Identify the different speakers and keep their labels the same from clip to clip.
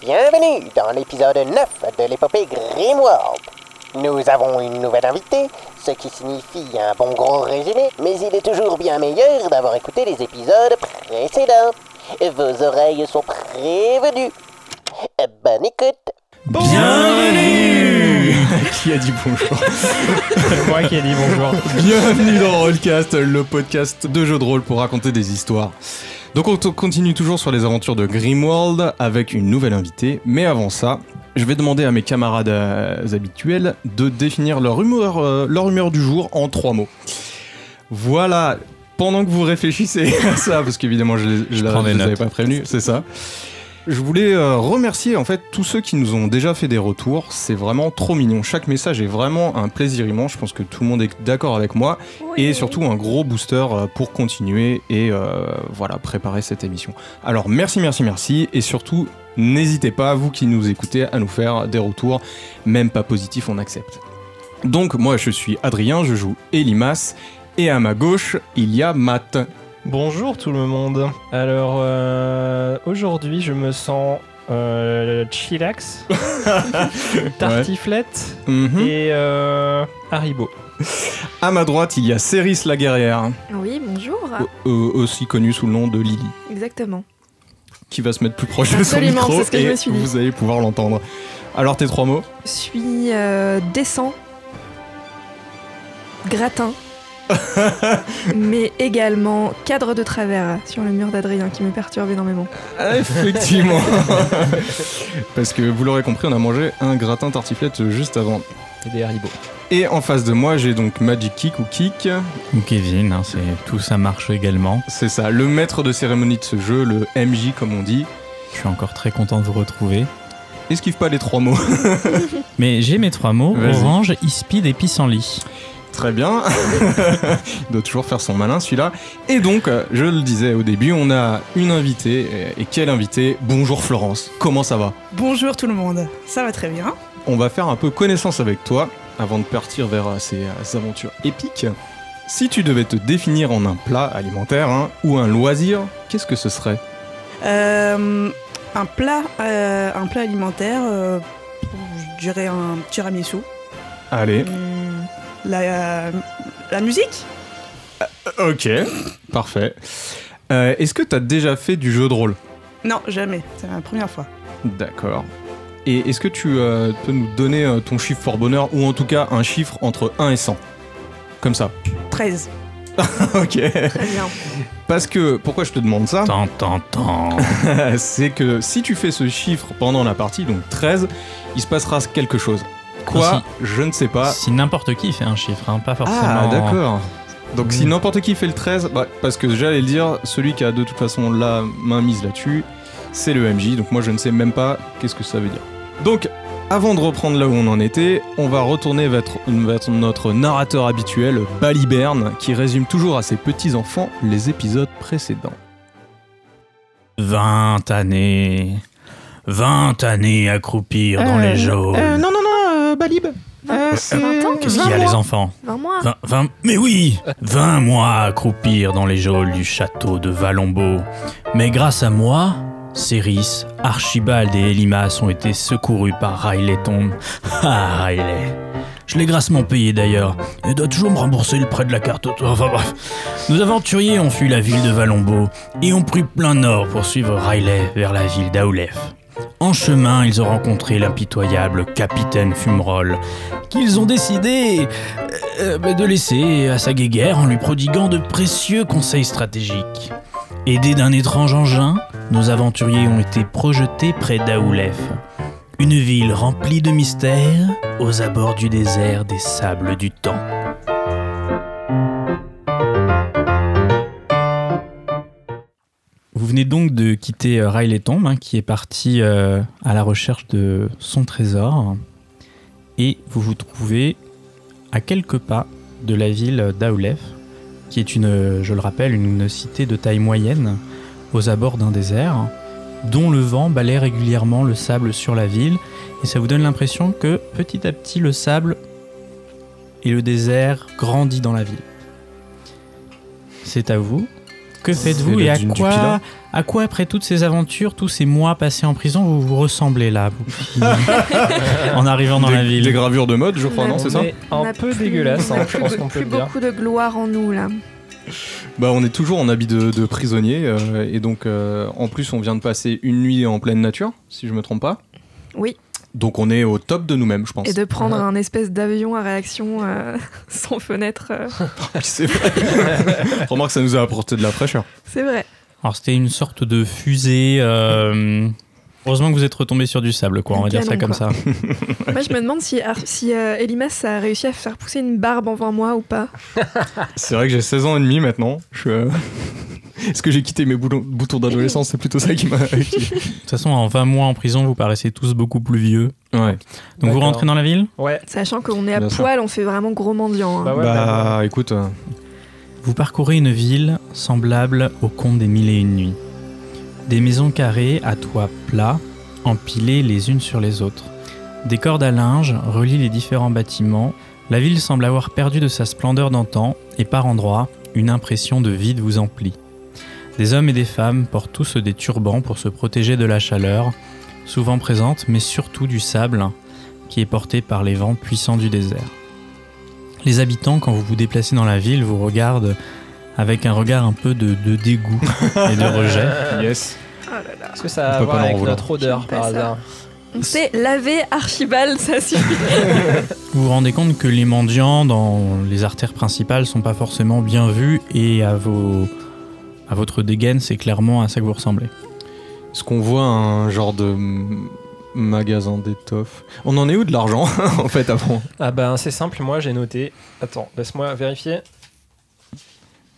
Speaker 1: Bienvenue dans l'épisode 9 de l'épopée Grimworld. Nous avons une nouvelle invitée, ce qui signifie un bon gros résumé, mais il est toujours bien meilleur d'avoir écouté les épisodes précédents. Vos oreilles sont prévenues. Bonne écoute.
Speaker 2: Bienvenue
Speaker 3: Qui a dit bonjour
Speaker 2: C'est moi qui ai dit bonjour.
Speaker 3: Bienvenue dans Rollcast, le podcast de jeux de rôle pour raconter des histoires. Donc on t- continue toujours sur les aventures de Grimworld avec une nouvelle invitée, mais avant ça, je vais demander à mes camarades euh, habituels de définir leur humeur, euh, leur humeur du jour en trois mots. Voilà, pendant que vous réfléchissez à ça, parce qu'évidemment je ne
Speaker 4: prends des
Speaker 3: les avais
Speaker 4: notes.
Speaker 3: pas prévenus, c'est ça. Je voulais euh, remercier en fait tous ceux qui nous ont déjà fait des retours. C'est vraiment trop mignon. Chaque message est vraiment un plaisir immense. Je pense que tout le monde est d'accord avec moi. Et surtout un gros booster euh, pour continuer et euh, voilà préparer cette émission. Alors merci, merci, merci. Et surtout, n'hésitez pas, vous qui nous écoutez, à nous faire des retours. Même pas positifs, on accepte. Donc moi je suis Adrien, je joue Elimas. Et à ma gauche, il y a Matt.
Speaker 2: Bonjour tout le monde. Alors euh, aujourd'hui, je me sens euh, chillax, tartiflette
Speaker 3: Mhm.
Speaker 2: et euh, haribo.
Speaker 3: À ma droite, il y a Céris la guerrière.
Speaker 5: Oui, bonjour.
Speaker 3: au- au- aussi connu sous le nom de Lily,
Speaker 5: Exactement.
Speaker 3: qui va se mettre plus proche de son
Speaker 5: Absolument,
Speaker 3: micro
Speaker 5: c'est ce que
Speaker 3: et
Speaker 5: je me suis dit.
Speaker 3: vous allez pouvoir l'entendre. Alors tes trois mots
Speaker 5: Je suis euh, décent, gratin, mais également cadre de travers sur le mur d'Adrien qui me perturbe énormément.
Speaker 3: Effectivement Parce que vous l'aurez compris, on a mangé un gratin tartiflette juste avant.
Speaker 2: Et des haribo.
Speaker 3: Et en face de moi, j'ai donc Magic Kick ou Kick,
Speaker 4: Ou Kevin, hein, c'est tout ça marche également.
Speaker 3: c'est ça, le maître de cérémonie de ce jeu, le MJ comme on dit.
Speaker 4: Je suis encore très content de vous retrouver.
Speaker 3: Esquive pas les trois mots.
Speaker 4: Mais j'ai mes trois mots
Speaker 3: Vas-y.
Speaker 4: orange, e-speed et pissenlit.
Speaker 3: Très bien. Il doit toujours faire son malin celui-là. Et donc, euh, je le disais au début, on a une invitée. euh, Et quelle invitée Bonjour Florence, comment ça va
Speaker 6: Bonjour tout le monde, ça va très bien.
Speaker 3: On va faire un peu connaissance avec toi avant de partir vers euh, ces, euh, ces aventures épiques. Si tu devais te définir en un plat alimentaire hein, ou un loisir, qu'est-ce que ce serait
Speaker 6: Euh, un plat, euh, un plat alimentaire, euh, je dirais un tiramisu.
Speaker 3: Allez.
Speaker 6: Hum, La, la musique
Speaker 3: Euh, Ok. Parfait. Euh, Est-ce que t'as déjà fait du jeu de rôle
Speaker 6: Non, jamais. C'est la première fois.
Speaker 3: D'accord. Et est-ce que tu euh, peux nous donner euh, ton chiffre fort bonheur ou en tout cas un chiffre entre 1 et 100 Comme ça.
Speaker 6: 13.
Speaker 3: ok.
Speaker 5: Très bien.
Speaker 3: Parce que, pourquoi je te demande ça
Speaker 4: Tant, tant, tant.
Speaker 3: C'est que si tu fais ce chiffre pendant la partie, donc 13, il se passera quelque chose. Quoi
Speaker 4: Ah,
Speaker 3: Je ne sais pas.
Speaker 4: Si n'importe qui fait un chiffre, hein, pas forcément.
Speaker 3: Ah, d'accord. Donc si
Speaker 4: Mm.
Speaker 3: n'importe qui fait le 13, bah, parce que j'allais le dire, celui qui a de toute façon la main mise là-dessus, c'est le MJ, donc moi je ne sais même pas qu'est-ce que ça veut dire. Donc, avant de reprendre là où on en était, on va retourner vers, vers notre narrateur habituel, Baliberne, qui résume toujours à ses petits-enfants les épisodes précédents.
Speaker 4: 20 années. 20 années à croupir dans
Speaker 3: Euh,
Speaker 4: les geôles.
Speaker 3: non, non, non, Balib Euh,
Speaker 5: Vingt- c'est vingt ans
Speaker 4: Qu'est-ce qu'il y a, les enfants
Speaker 5: 20 mois.
Speaker 4: 20, mais oui 20 mois à croupir dans les geôles du château de Valombo. Mais grâce à moi, Céris, Archibald et Elimas ont été secourus par Riley Tombe. Ah, Riley. Je l'ai grassement payé d'ailleurs, et doit toujours me rembourser le prêt de la carte auto. Enfin bref. Nos aventuriers ont fui la ville de Valombo et ont pris plein nord pour suivre Riley vers la ville d'Aoulef. En chemin, ils ont rencontré l'impitoyable capitaine Fumerol, qu'ils ont décidé euh, bah, de laisser à sa guéguerre en lui prodiguant de précieux conseils stratégiques. Aidés d'un étrange engin, nos aventuriers ont été projetés près d'Aoulef, une ville remplie de mystères aux abords du désert des sables du temps. Vous venez donc de quitter euh, Riley Tombe, hein, qui est parti euh, à la recherche de son trésor, et vous vous trouvez à quelques pas de la ville d'Aoulef, qui est une, euh, je le rappelle, une cité de taille moyenne aux abords d'un désert, dont le vent balaie régulièrement le sable sur la ville, et ça vous donne l'impression que petit à petit le sable et le désert grandit dans la ville. C'est à vous. Que
Speaker 3: C'est
Speaker 4: faites-vous
Speaker 3: la
Speaker 4: et à
Speaker 3: dune du
Speaker 4: quoi
Speaker 3: Pilat.
Speaker 4: À quoi, après toutes ces aventures, tous ces mois passés en prison, vous vous ressemblez là, Poupie En arrivant dans
Speaker 3: des,
Speaker 4: la
Speaker 3: des
Speaker 4: ville.
Speaker 3: gravures de mode, je crois, non, c'est ça
Speaker 5: On
Speaker 2: Un
Speaker 5: a
Speaker 2: peu
Speaker 5: plus-
Speaker 2: dégueulasse,
Speaker 5: on a
Speaker 2: hein, je
Speaker 5: plus
Speaker 2: pense
Speaker 5: be-
Speaker 2: qu'on peut
Speaker 5: plus
Speaker 2: le dire.
Speaker 5: beaucoup de gloire en nous là.
Speaker 3: Bah, on est toujours en habit de, de prisonnier, euh, et donc euh, en plus, on vient de passer une nuit en pleine nature, si je me trompe pas.
Speaker 5: Oui.
Speaker 3: Donc on est au top de nous-mêmes, je pense.
Speaker 5: Et de prendre un espèce d'avion à réaction euh, sans fenêtre. euh,
Speaker 3: C'est vrai. Remarque, ça nous a apporté de la fraîcheur.
Speaker 5: C'est vrai.
Speaker 4: Alors c'était une sorte de fusée. euh, Heureusement que vous êtes retombé sur du sable, quoi. On va
Speaker 5: Un
Speaker 4: dire ça
Speaker 5: canon,
Speaker 4: comme ça.
Speaker 5: quoi. Moi je me demande si, Ar- si euh, Elimas a réussi à faire pousser une barbe en 20 mois ou pas.
Speaker 3: C'est vrai que j'ai 16 ans et demi maintenant. Je suis, euh, Est-ce que j'ai quitté mes boulons- boutons d'adolescence C'est plutôt ça qui m'a. qui-
Speaker 4: De toute façon, en 20 mois en prison, vous paraissez tous beaucoup plus vieux.
Speaker 3: Ouais.
Speaker 4: Donc vous
Speaker 2: D'accord.
Speaker 4: rentrez dans la ville
Speaker 2: Ouais.
Speaker 5: Sachant qu'on est à
Speaker 3: Bien sûr.
Speaker 5: poil, on fait vraiment gros mendiant. hein.
Speaker 2: Bah ouais, bah,
Speaker 3: bah, écoute, euh,
Speaker 4: Vous parcourez une ville semblable au conte des mille et une nuits. Des maisons carrées à toit plat, empilées les unes sur les autres. Des cordes à linge relient les différents bâtiments. La ville semble avoir perdu de sa splendeur d'antan et par endroits, une impression de vide vous emplit. Des hommes et des femmes portent tous des turbans pour se protéger de la chaleur, souvent présente mais surtout du sable qui est porté par les vents puissants du désert. Les habitants, quand vous vous déplacez dans la ville, vous regardent avec un regard un peu de, de dégoût et de rejet.
Speaker 3: yes.
Speaker 5: Oh là là.
Speaker 2: Est-ce que ça a
Speaker 3: On
Speaker 2: à
Speaker 3: peut
Speaker 2: voir
Speaker 3: pas leur
Speaker 2: avec
Speaker 3: vouloir.
Speaker 2: notre odeur
Speaker 5: J'aime
Speaker 2: par
Speaker 5: pas ça.
Speaker 2: hasard
Speaker 5: On s'est lavé Archibald, ça suffit.
Speaker 4: Vous vous rendez compte que les mendiants dans les artères principales sont pas forcément bien vus et à vos à votre dégaine, c'est clairement à ça que vous ressemblez.
Speaker 3: Est-ce qu'on voit un genre de mm, magasin d'étoffes On en est où de l'argent en fait avant
Speaker 2: Ah ben c'est simple, moi j'ai noté. Attends, laisse-moi vérifier.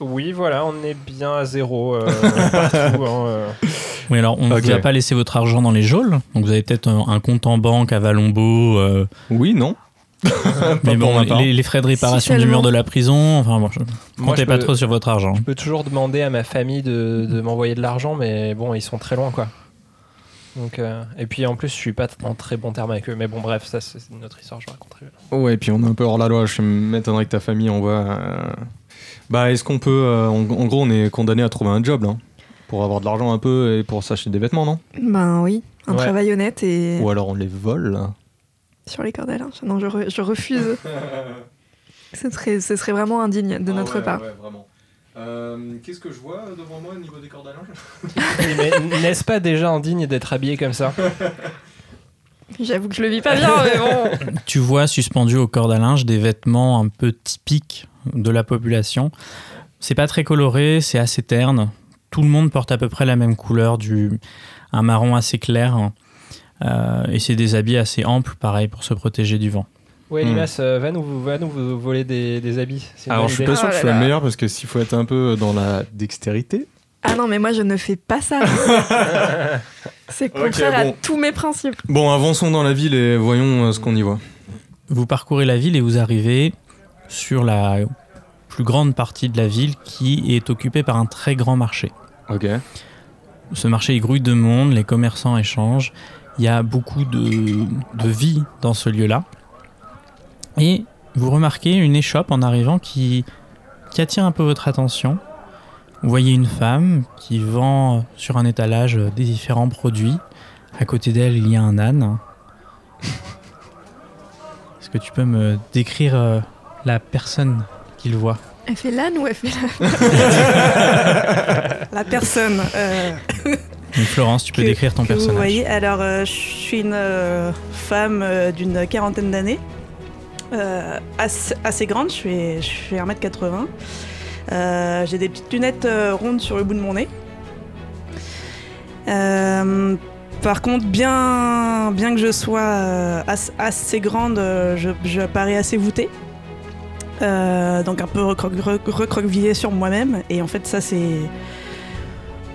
Speaker 2: Oui, voilà, on est bien à zéro euh, partout. hein, euh.
Speaker 4: Oui, alors on ne
Speaker 3: Ok.
Speaker 4: vous a pas laissé votre argent dans les geôles, donc vous avez peut-être un, un compte en banque à Valombo, euh,
Speaker 3: Oui, non
Speaker 4: mais
Speaker 3: pour
Speaker 4: bon,
Speaker 3: ma part.
Speaker 4: les, les frais de réparation
Speaker 5: Si
Speaker 4: du mur
Speaker 5: seulement.
Speaker 4: de la prison, enfin bon, je,
Speaker 2: Moi,
Speaker 4: comptez
Speaker 2: je
Speaker 4: pas
Speaker 2: peux-
Speaker 4: trop sur votre argent.
Speaker 2: Je peux toujours demander à ma famille de, de m'envoyer de l'argent, mais bon, ils sont très loin, quoi. Donc, euh, et puis en plus, je suis pas t- en très bon terme avec eux. Mais bon, bref, ça c'est une autre histoire, je raconterai.
Speaker 3: Ouais, et puis on est un peu hors la loi. Je m'étonnerais que ta famille envoie. euh, Bah, est-ce qu'on peut. euh, en, en gros, on est condamné à trouver un job là Pour avoir de l'argent un peu et pour s'acheter des vêtements, non
Speaker 5: ben oui, un
Speaker 2: Ouais.
Speaker 5: travail honnête et
Speaker 3: Ou alors on les vole là.
Speaker 5: sur les cordes à linge. Non, je, re- je refuse. ce, serait, ce serait vraiment indigne
Speaker 3: Oh Ah
Speaker 5: de notre part.
Speaker 3: Euh, Qu'est-ce que je vois devant moi au niveau des cordes à linge
Speaker 2: Oui, Mais n'est-ce pas déjà indigne d'être habillé comme ça
Speaker 5: J'avoue que je le vis pas bien, mais bon.
Speaker 4: Tu vois suspendu aux cordes à linge des vêtements un peu typiques de la population. C'est pas très coloré, c'est assez terne. Tout le monde porte à peu près la même couleur, du un marron assez clair. Euh, et c'est des habits assez amples, pareil, pour se protéger du vent.
Speaker 2: Ouais, Limas, euh, va, nous, va nous vous voler des, des habits. C'est une
Speaker 3: Alors
Speaker 2: bonne
Speaker 3: je suis
Speaker 2: idée.
Speaker 3: pas sûr
Speaker 5: Oh
Speaker 3: que je
Speaker 5: là
Speaker 3: sois le
Speaker 5: là.
Speaker 3: meilleur parce que s'il faut être un peu dans la dextérité.
Speaker 5: Ah non, mais moi je ne fais pas ça. C'est
Speaker 3: Ok,
Speaker 5: contraire à
Speaker 3: bon.
Speaker 5: tous mes principes.
Speaker 3: Bon, avançons dans la ville et voyons euh, ce qu'on y voit.
Speaker 4: Vous parcourez la ville et vous arrivez sur la plus grande partie de la ville qui est occupée par un très grand marché.
Speaker 3: Ok.
Speaker 4: Ce marché est grouille de monde, les commerçants échangent. Il y a beaucoup de, de vie dans ce lieu-là. Et vous remarquez une échoppe en arrivant qui, qui attire un peu votre attention. Vous voyez une femme qui vend sur un étalage des différents produits. À côté d'elle, il y a un âne. Est-ce que tu peux me décrire euh, la personne qu'il voit
Speaker 5: Elle fait l'âne ou elle fait la...
Speaker 6: La personne euh,
Speaker 4: Donc Florence, tu peux
Speaker 6: Que-
Speaker 4: décrire ton
Speaker 6: que vous
Speaker 4: personnage.
Speaker 6: voyez, alors euh, je suis une euh, femme euh, d'une quarantaine d'années, euh, assez, assez grande, je fais, je fais 1m80. Euh, J'ai des petites lunettes euh, rondes sur le bout de mon nez. Euh, par contre, bien, bien que je sois euh, as- assez grande, euh, je, je parais assez voûtée. Euh, donc un peu recroque- re- recroquevillée sur moi-même. Et en fait, ça, c'est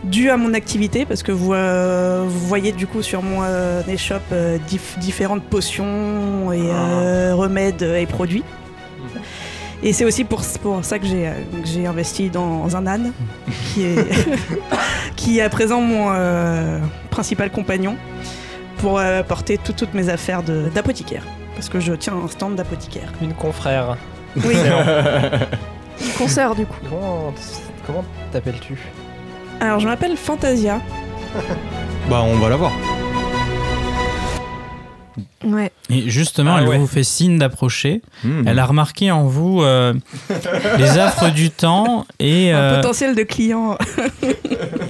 Speaker 6: dû à mon activité, parce que vous, euh, vous voyez du coup sur mon euh, échoppe euh, dif- différentes potions et euh, remèdes et produits. Mhm. Et c'est aussi pour, pour ça que j'ai euh, que j'ai investi dans un âne, qui est, qui est à présent mon euh, principal compagnon, pour euh, porter tout- toutes mes affaires de- d'apothicaire. Parce que je tiens un stand d'apothicaire.
Speaker 2: Une confrère.
Speaker 6: Oui,
Speaker 5: Une consoeur du coup.
Speaker 2: Comment comment t'appelles-tu
Speaker 6: Alors, je m'appelle Fantasia.
Speaker 3: Bah, on va la voir.
Speaker 5: Ouais.
Speaker 4: Et justement,
Speaker 2: Ah
Speaker 4: elle
Speaker 2: ouais.
Speaker 4: vous fait signe d'approcher.
Speaker 3: Hmm.
Speaker 4: Elle a remarqué en vous euh, les affres du temps et,
Speaker 6: Un
Speaker 4: euh,
Speaker 6: potentiel de client.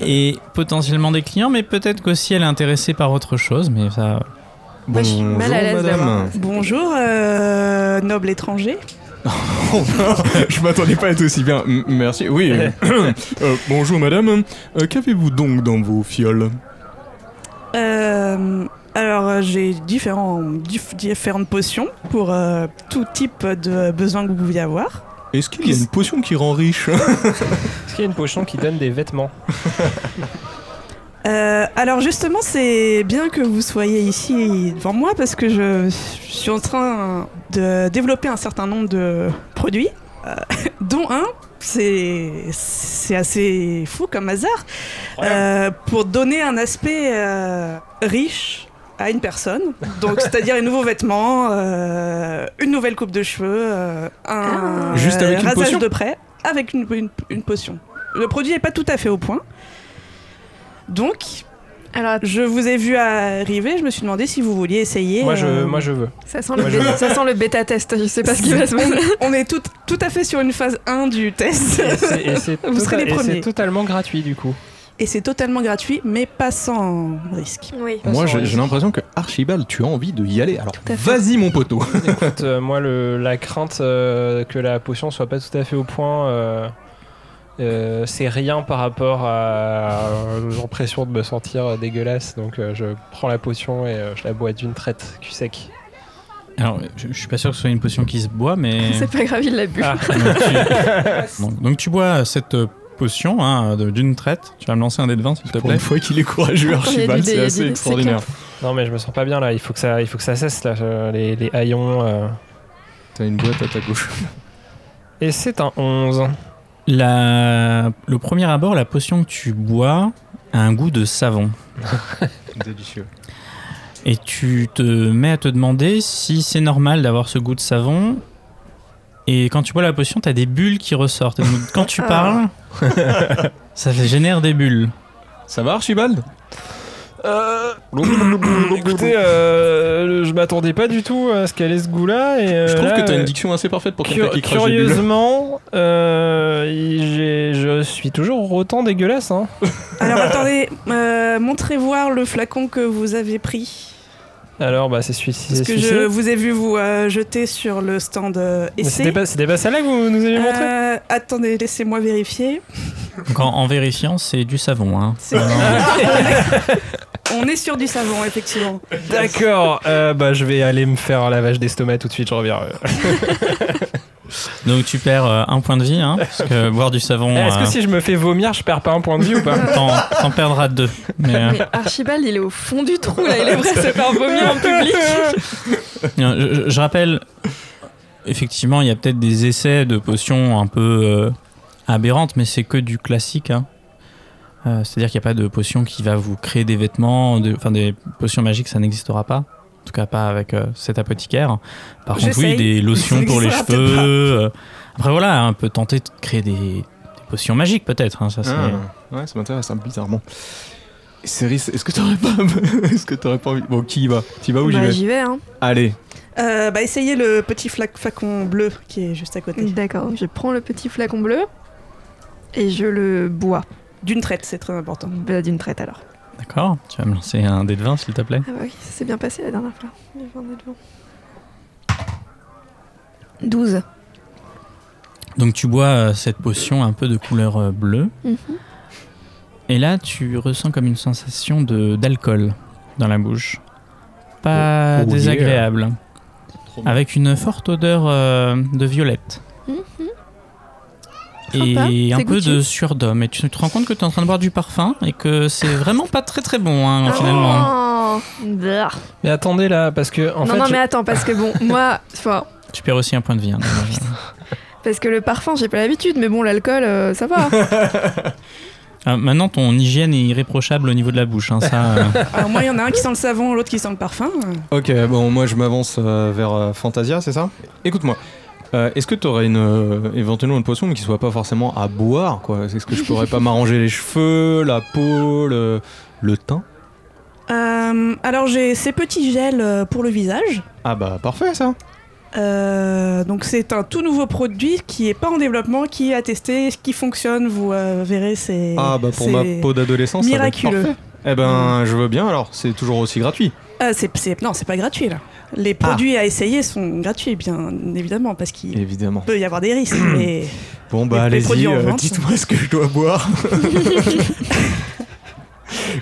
Speaker 4: et potentiellement des clients, mais peut-être qu'aussi elle est intéressée par autre chose. Mais ça,
Speaker 5: Moi, je suis
Speaker 3: Bonjour,
Speaker 5: mal à l'aise d'avoir.
Speaker 3: madame.
Speaker 6: Bonjour, euh, noble étranger.
Speaker 3: je m'attendais pas à être aussi bien. M- merci. Oui. euh, euh, bonjour, madame. Euh, Qu'avez-vous donc dans vos fioles
Speaker 6: Euh, alors, euh, j'ai différents, dif- différentes potions pour euh, tout type de besoin que vous pouviez avoir.
Speaker 3: Est-ce qu'il y a une potion qui rend riche
Speaker 2: Est-ce qu'il y a une potion qui donne des vêtements
Speaker 6: Euh, alors justement, c'est bien que vous soyez ici devant moi parce que je suis en train de développer un certain nombre de produits, euh, dont un, c'est c'est assez fou comme hasard, euh, pour donner un aspect euh, riche à une personne. Donc c'est-à-dire un nouveau vêtement, euh, une nouvelle coupe de cheveux, euh, un euh,
Speaker 5: Ah.
Speaker 3: Juste avec une
Speaker 6: rasage
Speaker 3: potion
Speaker 6: de près, avec une- une- une potion. Le produit n'est pas tout à fait au point. Donc,
Speaker 5: Alors, att-
Speaker 6: je vous ai vu arriver, je me suis demandé si vous vouliez essayer.
Speaker 2: Moi, je,
Speaker 6: euh,
Speaker 2: moi, je veux.
Speaker 5: ça sent le,
Speaker 2: Moi, je-
Speaker 5: bêta, ça sent le bêta test. Je sais pas ce qui va se passer.
Speaker 6: euh, On est tout, tout à fait sur une phase 1 du test.
Speaker 2: Et c'est- et c'est
Speaker 6: Vous serez les
Speaker 2: et c'est
Speaker 6: premiers.
Speaker 2: totalement gratuit, du coup.
Speaker 6: Et c'est totalement gratuit, mais pas sans risque.
Speaker 5: Oui.
Speaker 3: Moi, j'ai
Speaker 2: Sans-
Speaker 3: j'ai l'impression que Archibald, tu as envie de y aller. Alors,
Speaker 5: à fait.
Speaker 3: vas-y, mon poteau.
Speaker 2: Écoute, euh, moi, le- la crainte euh, que la potion soit pas tout à fait au point, euh, euh, c'est rien par rapport à euh, l'impression de me sentir dégueulasse. Donc, euh, je prends la potion et euh, je la bois d'une traite, cul sec.
Speaker 4: alors, je, je suis pas sûr que ce soit une potion qui se boit, mais
Speaker 5: C'est pas grave, il l'a bu.
Speaker 2: Ah.
Speaker 4: donc, donc tu bois cette euh, potion hein, de- d'une traite. Tu vas me lancer un dé de 20 s'il te
Speaker 3: Pour
Speaker 4: plaît.
Speaker 3: une fois qu'il est courageux,
Speaker 5: Encore, il y a
Speaker 3: Archibald,
Speaker 5: du dé, il
Speaker 3: c'est
Speaker 5: y a
Speaker 3: assez
Speaker 5: du dé, c'est
Speaker 3: extraordinaire.
Speaker 2: Non, mais je me sens pas bien là. Il faut que ça, il faut que ça cesse là, euh, les, les haillons. euh.
Speaker 3: T'as une boîte à ta gauche.
Speaker 2: Et c'est un 11.
Speaker 4: La... Le premier abord, la potion que tu bois a un goût de savon.
Speaker 3: Délicieux.
Speaker 4: Et tu te mets à te demander si c'est normal d'avoir ce goût de savon. Et quand tu bois la potion, t'as des bulles qui ressortent. Et donc, quand tu parles, ça fait- génère des bulles.
Speaker 3: Ça va, Archibald
Speaker 2: Euh, écoutez, euh, je m'attendais pas du tout à ce qu'elle ait ce goût-là. Et, euh,
Speaker 3: Je trouve
Speaker 2: là,
Speaker 3: que t'as
Speaker 2: euh,
Speaker 3: une diction assez parfaite pour quelqu'un
Speaker 2: cur-
Speaker 3: qui crache des bulles.
Speaker 2: curieusement, euh, il- j'ai- je suis toujours autant dégueulasse. Hein.
Speaker 6: Alors attendez, euh, montrez voir le flacon que vous avez pris.
Speaker 2: Alors, bah, c'est celui-ci.
Speaker 6: Parce
Speaker 2: c'est
Speaker 6: que
Speaker 2: celui-ci.
Speaker 6: je vous ai vu vous euh, jeter sur le stand euh,
Speaker 2: Mais
Speaker 6: essai.
Speaker 2: C'était pas, c'était pas celle-là que vous nous avez montré
Speaker 6: Euh, attendez, laissez-moi vérifier.
Speaker 4: Donc en, en vérifiant, c'est du savon. hein.
Speaker 6: C'est- On est sur du savon, effectivement.
Speaker 2: Ah. D'accord, euh, bah, je vais aller me faire un lavage d'estomac tout de suite, je reviens. euh.
Speaker 4: Donc tu perds euh, un point de vie, hein, parce que boire du savon,
Speaker 2: Eh, Est-ce que
Speaker 4: euh,
Speaker 2: si je me fais vomir, je perds pas un point de vie ou pas
Speaker 4: t'en t'en perdras deux. Mais, euh,
Speaker 5: Mais Archibald, il est au fond du trou là. Il aimerait se faire vomir en public.
Speaker 4: Non, je, je- je rappelle, effectivement, il y a peut-être des essais de potions un peu euh, aberrantes, mais c'est que du classique. hein. Euh, C'est-à-dire qu'il n'y a pas de potion qui va vous créer des vêtements, de- enfin des potions magiques, ça n'existera pas. En tout cas, pas avec euh, cet apothicaire. Par contre, oui,
Speaker 6: J'essaye.
Speaker 4: des lotions pour les
Speaker 6: Ça n'existera
Speaker 4: cheveux. euh, Après, voilà, on peut tenter de créer des, des potions magiques, peut-être. hein, ça, c'est-
Speaker 3: Ah, ouais, ça m'intéresse, hein, bizarrement. Céris, est-ce que t'aurais pas, est-ce que t'aurais pas envie Bon, qui y va T'y vas ou Ah j'y
Speaker 5: Bah,
Speaker 3: vais
Speaker 5: j'y vais. Hein.
Speaker 3: Allez,
Speaker 6: Euh, bah essayez le petit flac- flacon bleu qui est juste à
Speaker 2: Mm.
Speaker 6: côté.
Speaker 5: D'accord. Je prends le petit flacon bleu et je le bois.
Speaker 6: D'une traite, c'est très important.
Speaker 5: Bah, D'une traite alors.
Speaker 4: D'accord Tu vas me lancer un dé de 20, s'il te plaît.
Speaker 5: Ah bah oui, ça s'est bien passé la dernière fois. Il y avait un autre vent. 12.
Speaker 4: Donc tu bois euh, cette potion un peu de couleur euh, bleue.
Speaker 5: Mhm.
Speaker 4: Et là, tu ressens comme une sensation de d'alcool dans la bouche. Pas
Speaker 2: Oh, oh,
Speaker 4: désagréable. Avec une forte odeur euh, de violette. Et
Speaker 5: Mhm. Sympa,
Speaker 4: un
Speaker 5: c'est
Speaker 4: peu de
Speaker 5: goûtu.
Speaker 4: sueur d'homme. Et tu te rends compte que tu es en train de boire du parfum et que c'est vraiment pas très très bon hein,
Speaker 5: Ah.
Speaker 4: finalement.
Speaker 5: Oh Brrr.
Speaker 2: Mais attendez là, parce que en
Speaker 5: non,
Speaker 2: fait.
Speaker 5: non,
Speaker 2: je-
Speaker 5: mais attends, parce que bon, moi, enfin,
Speaker 4: Tu perds aussi un point de vie. hein, d'ailleurs.
Speaker 5: parce que le parfum, j'ai pas l'habitude, mais bon, l'alcool, euh, ça va.
Speaker 4: Ah, maintenant, ton hygiène est irréprochable au niveau de la bouche. hein, ça, euh,
Speaker 6: Alors moi, il y en a un qui sent le savon, l'autre qui sent le parfum.
Speaker 3: ok, bon, moi je m'avance euh, vers euh, Fantasia, c'est ça Écoute-moi, Euh, Est-ce que tu aurais une, euh, éventuellement une potion mais qui soit pas forcément à boire quoi Est-ce que je pourrais pas m'arranger les cheveux, la peau, le, le teint
Speaker 6: Euh, alors j'ai ces petits gels euh, pour le visage.
Speaker 3: Ah bah parfait ça.
Speaker 6: Euh, donc c'est un tout nouveau produit qui est pas en développement, qui est à tester, qui fonctionne. Vous euh, verrez, c'est
Speaker 3: Ah bah pour
Speaker 6: c'est
Speaker 3: ma peau d'adolescence, ça va être
Speaker 6: miraculeux. Mm.
Speaker 3: parfait. Eh ben je veux bien alors, c'est toujours aussi gratuit.
Speaker 6: Ah, c'est, c'est- non, c'est pas gratuit là. Les
Speaker 3: Ah.
Speaker 6: produits à essayer sont gratuits, bien évidemment, parce qu'il
Speaker 3: Évidemment.
Speaker 6: peut y avoir des risques. mais
Speaker 3: Bon bah
Speaker 6: Les- les
Speaker 3: allez-y,
Speaker 6: produits en
Speaker 3: euh,
Speaker 6: vente.
Speaker 3: dites-moi ce que je dois boire.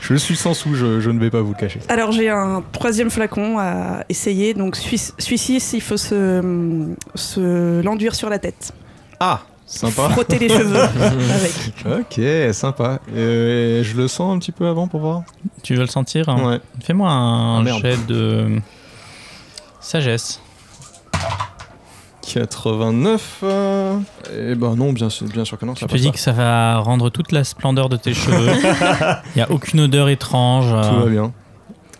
Speaker 3: je suis sans sous, je, je ne vais pas vous le cacher.
Speaker 6: alors j'ai un troisième flacon à essayer. Donc celui- celui-ci, il faut se, se l'enduire sur la tête,
Speaker 3: Ah Sympa.
Speaker 6: frotter les cheveux avec.
Speaker 3: Ok, sympa. Euh, je le sens un petit peu avant pour voir.
Speaker 4: Tu veux le sentir hein
Speaker 3: Ouais.
Speaker 4: Fais-moi
Speaker 3: Ah,
Speaker 4: un
Speaker 3: merde.
Speaker 4: jet de sagesse.
Speaker 3: 89. euh, Eh ben non, bien sûr, bien sûr que non.
Speaker 4: Je te dis que ça va rendre toute la splendeur de tes cheveux. Il y a aucune odeur étrange. euh,
Speaker 3: Tout va bien.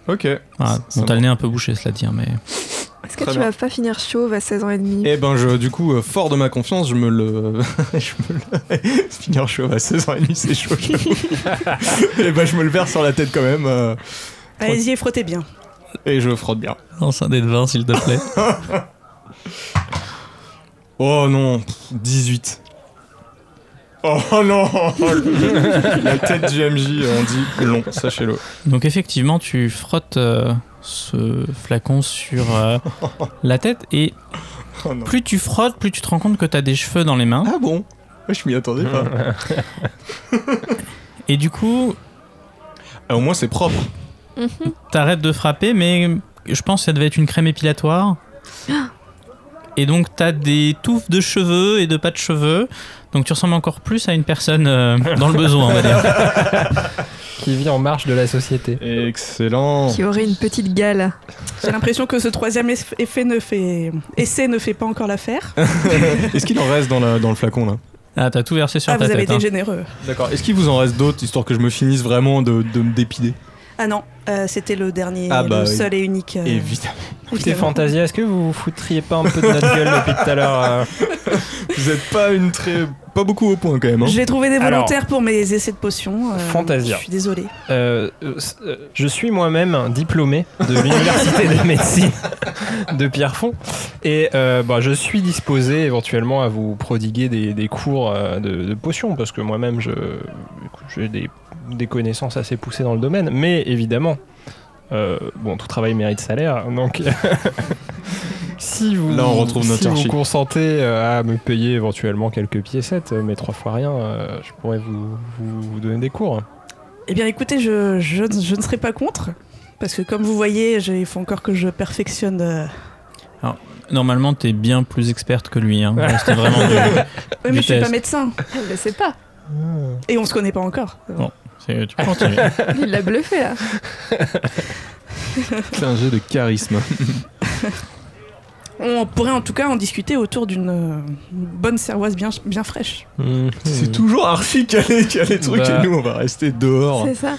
Speaker 3: Ok.
Speaker 4: voilà.
Speaker 3: Ça- ça
Speaker 4: Bon,
Speaker 3: va.
Speaker 4: t'as le nez un peu bouché, cela dire, mais
Speaker 5: Est-ce que
Speaker 3: Très
Speaker 5: tu
Speaker 3: bien.
Speaker 5: vas pas finir chauve à 16 ans et demi
Speaker 3: Eh ben je, du coup, euh, fort de ma confiance, je me le... je me le... Spinner chaud à 16h30, c'est chaud. j'avoue. Eh ben je me le verse sur la tête quand même. euh,
Speaker 6: Allez-y et frottez bien.
Speaker 3: Et je frotte bien.
Speaker 4: lance un dé de 20, s'il te plaît.
Speaker 3: Oh non, 18. Oh non La tête du MJ, on dit long, sachez-le.
Speaker 4: Donc effectivement, tu frottes euh, ce flacon sur euh, la tête et
Speaker 3: Oh non.
Speaker 4: plus tu frottes, plus tu te rends compte que t'as des cheveux dans les mains.
Speaker 3: Ah bon Ouais, Je m'y attendais pas.
Speaker 4: Et du coup,
Speaker 3: Ah, au moins c'est propre.
Speaker 5: Mhm.
Speaker 4: t'arrêtes de frapper, mais je pense que ça devait être une crème épilatoire. Et donc, t'as des touffes de cheveux et de pas de cheveux. Donc, tu ressembles encore plus à une personne euh, dans le besoin, on va dire.
Speaker 2: Qui vit en marge de la société.
Speaker 3: Excellent.
Speaker 5: Qui aurait une petite gale.
Speaker 6: J'ai l'impression que ce troisième eff- effet ne fait essai ne fait pas encore l'affaire.
Speaker 3: Est-ce qu'il en reste dans, la- dans le flacon là
Speaker 4: Ah, t'as tout versé sur
Speaker 6: Ah, vous
Speaker 4: ta
Speaker 6: avez
Speaker 4: tête.
Speaker 6: été
Speaker 4: hein.
Speaker 6: généreux.
Speaker 3: D'accord. Est-ce qu'il vous en reste d'autres histoire que je me finisse vraiment de, de me dépider
Speaker 6: Ah non, euh, c'était le dernier,
Speaker 3: Ah bah
Speaker 6: le
Speaker 3: oui.
Speaker 6: seul et unique. euh,
Speaker 3: Évidemment.
Speaker 2: Écoutez,
Speaker 6: évidemment.
Speaker 2: Fantasia, est-ce que vous vous foutriez pas un peu de notre gueule depuis tout à l'heure euh
Speaker 3: Vous êtes pas une très. pas beaucoup au point quand même. hein.
Speaker 6: J'ai trouvé des
Speaker 2: Alors-
Speaker 6: volontaires pour mes essais de potions. euh,
Speaker 2: Fantasia.
Speaker 6: Je suis désolée.
Speaker 2: Euh, euh, s- euh, je suis moi-même diplômé de l'université de médecine de Pierrefonds et euh, bah, je suis disposé éventuellement à vous prodiguer des, des cours euh, de, de potions parce que moi-même je j'ai des, des connaissances assez poussées dans le domaine mais évidemment euh, bon tout travail mérite salaire donc si vous
Speaker 3: Là, on retrouve notre
Speaker 2: si vous
Speaker 3: archi.
Speaker 2: consentez euh, à me payer éventuellement quelques piécettes euh, mais trois fois rien euh, je pourrais vous, vous- vous donner des cours
Speaker 6: Eh bien, écoutez, je, je, je ne serai pas contre. Parce que comme vous voyez, j'ai- il faut encore que je perfectionne. euh,
Speaker 4: Normalement, t'es bien plus experte que lui. hein. Là, C'était vraiment du-
Speaker 6: Oui, mais je suis
Speaker 4: test.
Speaker 6: pas médecin.
Speaker 5: Elle le sait pas.
Speaker 6: Et on se connaît pas encore.
Speaker 4: Bon. c'est- Tu peux continuer.
Speaker 5: Il l'a bluffé là.
Speaker 3: C'est un jeu de charisme.
Speaker 6: On pourrait en tout cas en discuter autour d'une euh, bonne servoise bien, bien fraîche.
Speaker 3: C'est toujours archi calé, calé truc
Speaker 2: Bah.
Speaker 3: et nous on va rester dehors.
Speaker 5: C'est ça.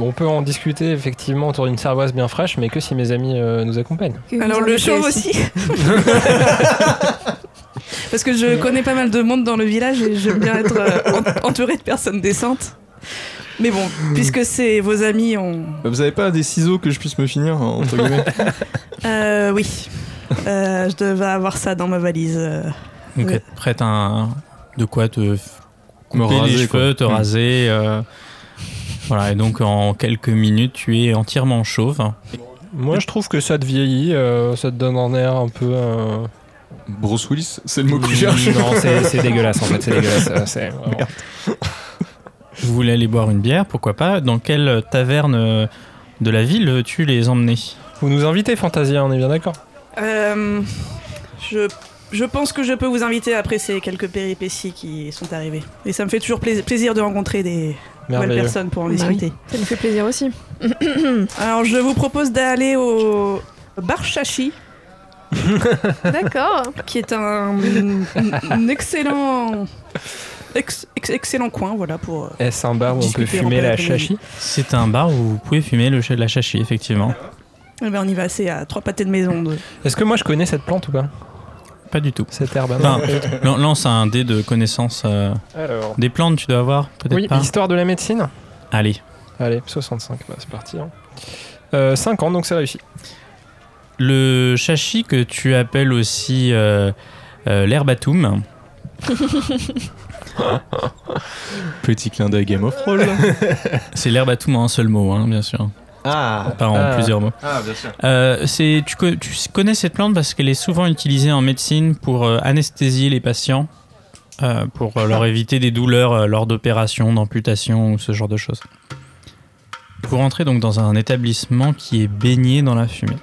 Speaker 2: On peut en discuter effectivement autour d'une cervoise bien fraîche, mais que si mes amis euh, nous accompagnent.
Speaker 5: Que vous
Speaker 6: Alors
Speaker 5: en
Speaker 6: le
Speaker 5: doutez
Speaker 6: chauve aussi. Parce que je connais pas mal de monde dans le village et j'aime bien être euh, en- entourée de personnes décentes. Mais bon, puisque c'est vos amis, on.
Speaker 3: Bah, Vous avez pas des ciseaux que je puisse me finir hein, entre guillemets
Speaker 6: Euh, oui. Euh, je devais avoir ça dans ma valise. euh.
Speaker 4: Donc,
Speaker 6: Oui.
Speaker 4: elle te prête un. de quoi te f-
Speaker 3: Me
Speaker 4: couper les
Speaker 3: raser,
Speaker 4: cheveux,
Speaker 3: quoi.
Speaker 4: te
Speaker 3: Mm.
Speaker 4: raser. euh, Voilà, et donc en quelques minutes, tu es entièrement chauve.
Speaker 2: Moi, je trouve que ça te vieillit, euh, ça te donne un air un peu. euh,
Speaker 3: Bruce Willis, c'est le mot que je cherche.
Speaker 2: Non, c'est c'est dégueulasse en fait, c'est dégueulasse. euh, c'est vraiment-
Speaker 4: Vous voulez aller boire une bière, pourquoi pas Dans quelle taverne euh, de la ville veux-tu les emmener
Speaker 2: Vous nous invitez, Fantasia, on est bien d'accord.
Speaker 6: Euh, je. Je pense que je peux vous inviter après ces quelques péripéties qui sont arrivées. Et ça me fait toujours plais- plaisir de rencontrer des nouvelles
Speaker 2: Merveilleux.
Speaker 6: personnes pour en
Speaker 5: Bah oui.
Speaker 6: discuter.
Speaker 5: Ça nous fait plaisir aussi.
Speaker 6: Alors je vous propose d'aller au bar Chachi,
Speaker 5: D'accord.
Speaker 6: qui est un, un excellent ex- ex- excellent coin voilà pour euh,
Speaker 2: Est-ce un bar où on peut
Speaker 6: Discuter en
Speaker 2: fumer
Speaker 6: plein
Speaker 2: la
Speaker 6: après-midi.
Speaker 2: chachi
Speaker 4: C'est un bar où vous pouvez fumer le ch- la chachie, effectivement.
Speaker 6: eh ben, on y va c'est à trois pâtés de maison de-
Speaker 2: Est-ce que moi je connais cette plante ou pas
Speaker 4: Pas du tout.
Speaker 2: cette herbe.
Speaker 4: Non. Lan- Lance un dé de connaissance euh,
Speaker 2: Alors.
Speaker 4: des plantes, tu dois avoir peut-être
Speaker 2: Oui,
Speaker 4: pas.
Speaker 2: histoire de la médecine.
Speaker 4: Allez,
Speaker 2: Allez, 65, bah, c'est parti. 5 ans, donc c'est réussi.
Speaker 4: le chachi que tu appelles aussi euh, euh, l'herbatum.
Speaker 3: Petit clin d'œil Game of Thrones.
Speaker 4: C'est l'herbatum en un seul mot, hein, bien sûr,
Speaker 3: Ah,
Speaker 4: pas en
Speaker 2: Ah.
Speaker 4: plusieurs mots.
Speaker 3: ah, bien sûr.
Speaker 4: Euh, c'est- tu, co- tu connais cette plante parce qu'elle est souvent utilisée en médecine pour euh, anesthésier les patients, euh, pour euh, leur éviter des douleurs euh, lors d'opérations, d'amputations ou ce genre de choses. Vous rentrez donc dans un établissement qui est baigné dans la fumée.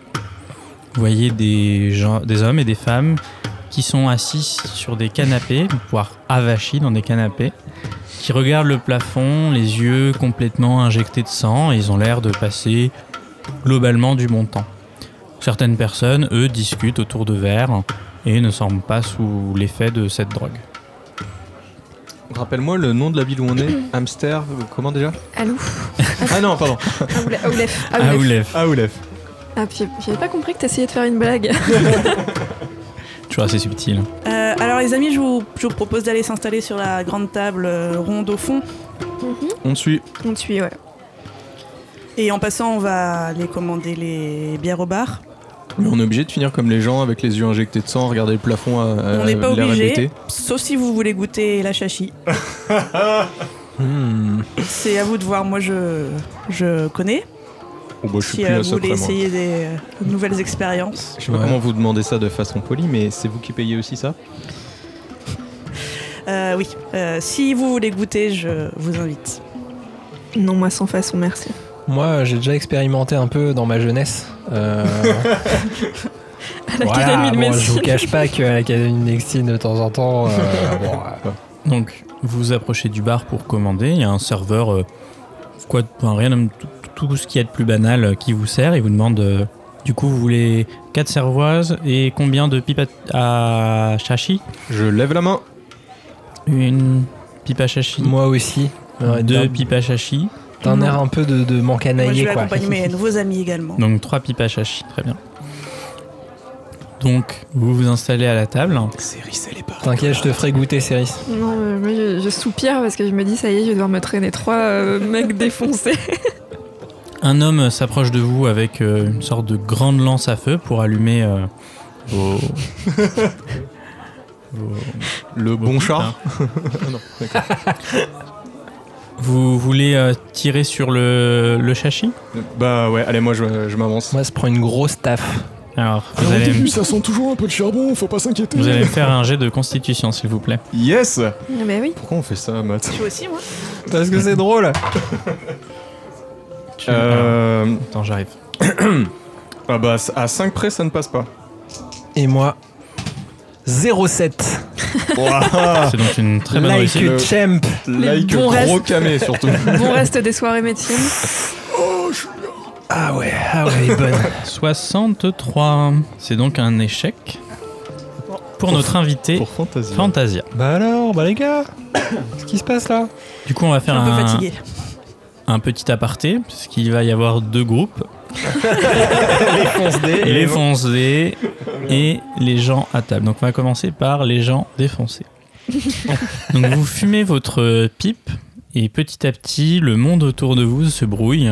Speaker 4: Vous voyez des, gens- des hommes et des femmes qui sont assis sur des canapés, voire avachis dans des canapés, qui regardent le plafond, les yeux complètement injectés de sang, et ils ont l'air de passer globalement du bon temps. Certaines personnes, eux, discutent autour de verres et ne semblent pas sous l'effet de cette drogue.
Speaker 3: Rappelle-moi le nom de la ville où on est. Hamster, euh, comment déjà
Speaker 5: Alouf.
Speaker 3: Ah non, pardon.
Speaker 5: Aoulef. Aoulef.
Speaker 4: Aoulef.
Speaker 3: Ah, Oulef.
Speaker 5: Ah, puis j'avais pas compris que t'essayais de faire une blague.
Speaker 4: Tu vois, c'est subtil.
Speaker 6: Euh, alors les amis, je vous, je vous propose d'aller s'installer sur la grande table euh, ronde au fond.
Speaker 3: On te suit.
Speaker 5: On te suit, ouais.
Speaker 6: Et en passant, on va aller commander les bières au bar.
Speaker 3: Mais on est obligé de finir comme les gens avec les yeux injectés de sang, regarder le plafond à, à
Speaker 6: on n'est pas
Speaker 3: l'air
Speaker 6: obligé,
Speaker 3: hébété.
Speaker 6: sauf si vous voulez goûter la chachi.
Speaker 3: Hmm.
Speaker 6: C'est à vous de voir, moi je, je connais.
Speaker 3: Oh, bah, je suis
Speaker 6: Si
Speaker 3: plus
Speaker 6: euh,
Speaker 3: à
Speaker 6: vous
Speaker 3: ça
Speaker 6: voulez
Speaker 3: près, moi.
Speaker 6: essayer des euh, nouvelles expériences.
Speaker 3: Je sais pas
Speaker 4: Ouais.
Speaker 3: comment vous demandez ça de façon polie, mais c'est vous qui payez aussi ça
Speaker 6: Euh, oui, Euh, si vous voulez goûter, je vous invite.
Speaker 5: Non, moi sans façon, merci.
Speaker 2: Moi, j'ai déjà expérimenté un peu dans ma jeunesse. Euh,
Speaker 5: À
Speaker 2: voilà,
Speaker 5: l'Académie de
Speaker 2: bon, je
Speaker 5: médecine.
Speaker 2: vous cache pas qu'à l'Académie de médecine, de temps en temps, euh, bon, euh,
Speaker 4: Donc, vous vous approchez du bar pour commander. Il y a un serveur, euh, quoi, de- enfin, rien, de- tout, tout ce qu'il y a de plus banal euh, qui vous sert. Il vous demande, euh, du coup, vous voulez 4 cervoises et combien de pipes à, à chachi
Speaker 3: Je lève la main.
Speaker 4: Une pipe à chachi.
Speaker 2: moi aussi. Euh,
Speaker 4: Deux
Speaker 2: d'un-
Speaker 4: pipes à chachi.
Speaker 2: D'un air un peu de, de
Speaker 6: Moi je
Speaker 2: mancanaillé,
Speaker 6: vais
Speaker 2: quoi.
Speaker 6: accompagner mes nouveaux amis également.
Speaker 4: Donc trois pipes à chachi, très bien. Donc vous vous installez à la table.
Speaker 2: T'inquiète, je te ferai goûter, Céris.
Speaker 5: Non, euh, moi je, je soupire parce que je me dis, ça y est, je vais devoir me traîner trois euh, mecs défoncés.
Speaker 4: Un homme s'approche de vous avec euh, une sorte de grande lance à feu pour allumer euh, vos...
Speaker 3: Oh.
Speaker 4: vos- hein.
Speaker 3: Le bon char. Non, d'accord.
Speaker 4: Vous voulez euh, tirer sur le, le chachi
Speaker 3: bah ouais, allez, moi je, je m'avance.
Speaker 2: Moi, ça prend une grosse taffe.
Speaker 4: Alors vous allez, me-
Speaker 3: Ah, ça sent toujours un peu de charbon, faut pas s'inquiéter.
Speaker 4: vous allez me faire un jet de constitution s'il vous plaît.
Speaker 3: Yes
Speaker 5: Mais Ah, bah oui.
Speaker 3: Pourquoi on fait ça, Matt
Speaker 6: Tu aussi, moi
Speaker 3: Parce que c'est drôle
Speaker 4: Tu-
Speaker 3: Euh.
Speaker 4: Alors, Attends j'arrive.
Speaker 3: Ah bah, à 5 près, ça ne passe pas.
Speaker 2: Et moi, 07.
Speaker 3: Ah.
Speaker 4: C'est donc une très bonne
Speaker 2: like
Speaker 4: réussite.
Speaker 2: a champ.
Speaker 3: like
Speaker 5: bons
Speaker 3: gros
Speaker 5: restes.
Speaker 3: camé, surtout.
Speaker 5: Bon reste des soirées médecine.
Speaker 2: Ah ouais, ah ouais, elle est bonne.
Speaker 4: 63. C'est donc un échec pour notre invité
Speaker 3: Pour Fantasia.
Speaker 4: Fantasia.
Speaker 2: Bah alors, bah les gars, qu'est-ce qui se passe là
Speaker 4: Du coup, on va
Speaker 6: Je
Speaker 4: faire
Speaker 6: suis un peu
Speaker 4: un,
Speaker 6: fatigué.
Speaker 4: un petit aparté, parce qu'il va y avoir deux groupes, les foncés et les gens à table. Donc on va commencer par les gens défoncés. Donc vous fumez votre pipe et petit à petit le monde autour de vous se brouille.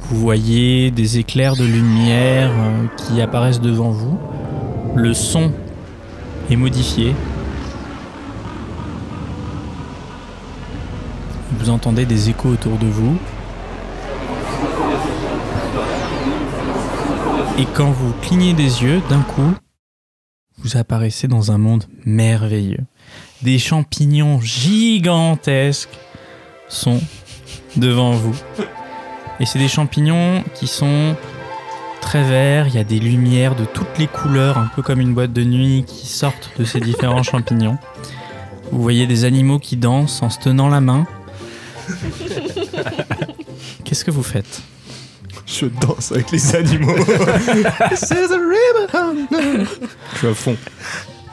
Speaker 4: Vous voyez des éclairs de lumière euh, qui apparaissent devant vous. Le son est modifié. Vous entendez des échos autour de vous. Et quand vous clignez des yeux, d'un coup, vous apparaissez dans un monde merveilleux. Des champignons gigantesques sont devant vous. Et c'est des champignons qui sont très verts, il y a des lumières de toutes les couleurs, un peu comme une boîte de nuit qui sortent de ces différents champignons. Vous voyez des animaux qui dansent en se tenant la main. Qu'est-ce que vous faites
Speaker 3: Je danse avec les animaux. je suis à fond.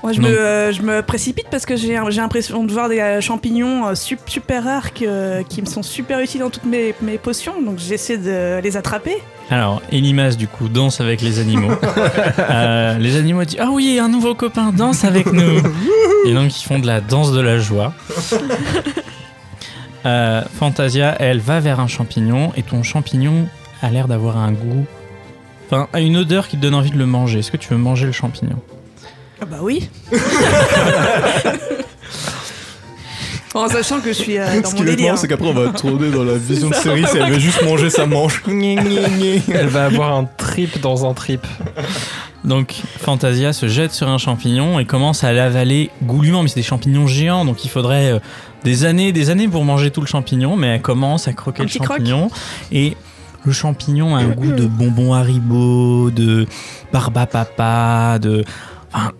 Speaker 6: Moi, je,
Speaker 4: Non.
Speaker 6: me, euh, je me précipite parce que j'ai j'ai l'impression de voir des euh, champignons euh, sup- super rares que, euh, qui me sont super utiles dans toutes mes, mes potions, donc j'essaie de les attraper.
Speaker 4: Alors, Elimas, du coup, danse avec les animaux. Euh, les animaux disent Ah oui, un nouveau copain, danse avec nous Et donc, ils font de la danse de la joie. Euh, Fantasia, elle va vers un champignon, et ton champignon a l'air d'avoir un goût. Enfin, a une odeur qui te donne envie de le manger. Est-ce que tu veux manger le champignon
Speaker 6: Ah bah oui En sachant que je suis euh, dans
Speaker 3: Ce
Speaker 6: mon
Speaker 3: qui est
Speaker 6: délire.
Speaker 3: marrant, c'est qu'après, on va tourner dans la vision de
Speaker 6: ça,
Speaker 3: série si elle veut juste manger sa manche.
Speaker 2: Elle va avoir un trip dans un trip.
Speaker 4: Donc Fantasia se jette sur un champignon et commence à l'avaler goulûment, mais c'est des champignons géants, donc il faudrait euh, des années, des années pour manger tout le champignon, mais elle commence à croquer
Speaker 6: Un
Speaker 4: le
Speaker 6: petit croc.
Speaker 4: champignon et le champignon a un goût de bonbon Haribo, de barba papa, de enfin,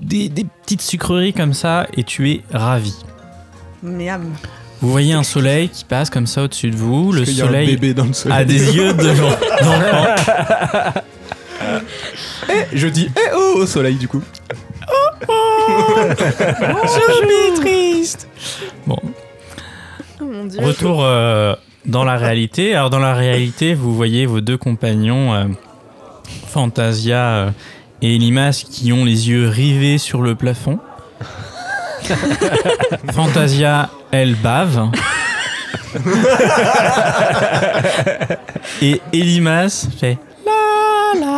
Speaker 4: des, des petites sucreries comme ça, et tu es ravi.
Speaker 6: Miam.
Speaker 4: Vous voyez un soleil qui passe comme ça au-dessus de vous, le
Speaker 3: Parce qu'il y a un
Speaker 4: soleil Ah,
Speaker 3: bébé dans le
Speaker 4: a
Speaker 3: soleil.
Speaker 4: des yeux devant.
Speaker 3: Je dis eh oh au soleil du coup.
Speaker 4: Je suis triste.
Speaker 5: Oh mon dieu.
Speaker 4: Retour euh, dans la réalité. Alors dans la réalité, vous voyez vos deux compagnons, euh, Fantasia euh, et Limas, qui ont les yeux rivés sur le plafond. Fantasia, elle bave. et Elimas fait la la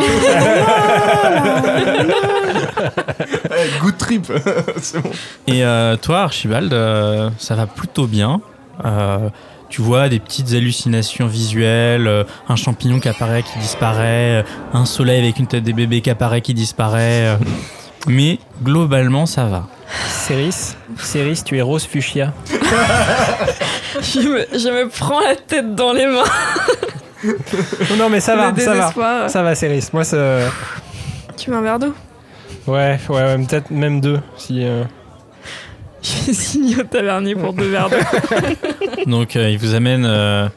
Speaker 3: Eh, good trip. c'est bon.
Speaker 4: Et euh, toi, Archibald, euh, ça va plutôt bien. Euh, tu vois des petites hallucinations visuelles, euh, un champignon qui apparaît, qui disparaît, euh, un soleil avec une tête des bébés qui apparaît, qui disparaît. euh. mais globalement, ça va.
Speaker 2: Céris, Céris, tu es rose fuchsia.
Speaker 5: Je me, je me prends la tête dans les mains.
Speaker 2: Oh non mais ça va,
Speaker 5: Le
Speaker 2: ça va.
Speaker 5: désespoir.
Speaker 2: Ça va, Céris. Moi, ça.
Speaker 5: Tu mets un verre d'eau
Speaker 2: Ouais, ouais, ouais, peut-être même deux. Si, euh,
Speaker 5: Je fais signe au tavernier pour deux verres d'eau.
Speaker 4: Donc, euh, il vous amène euh,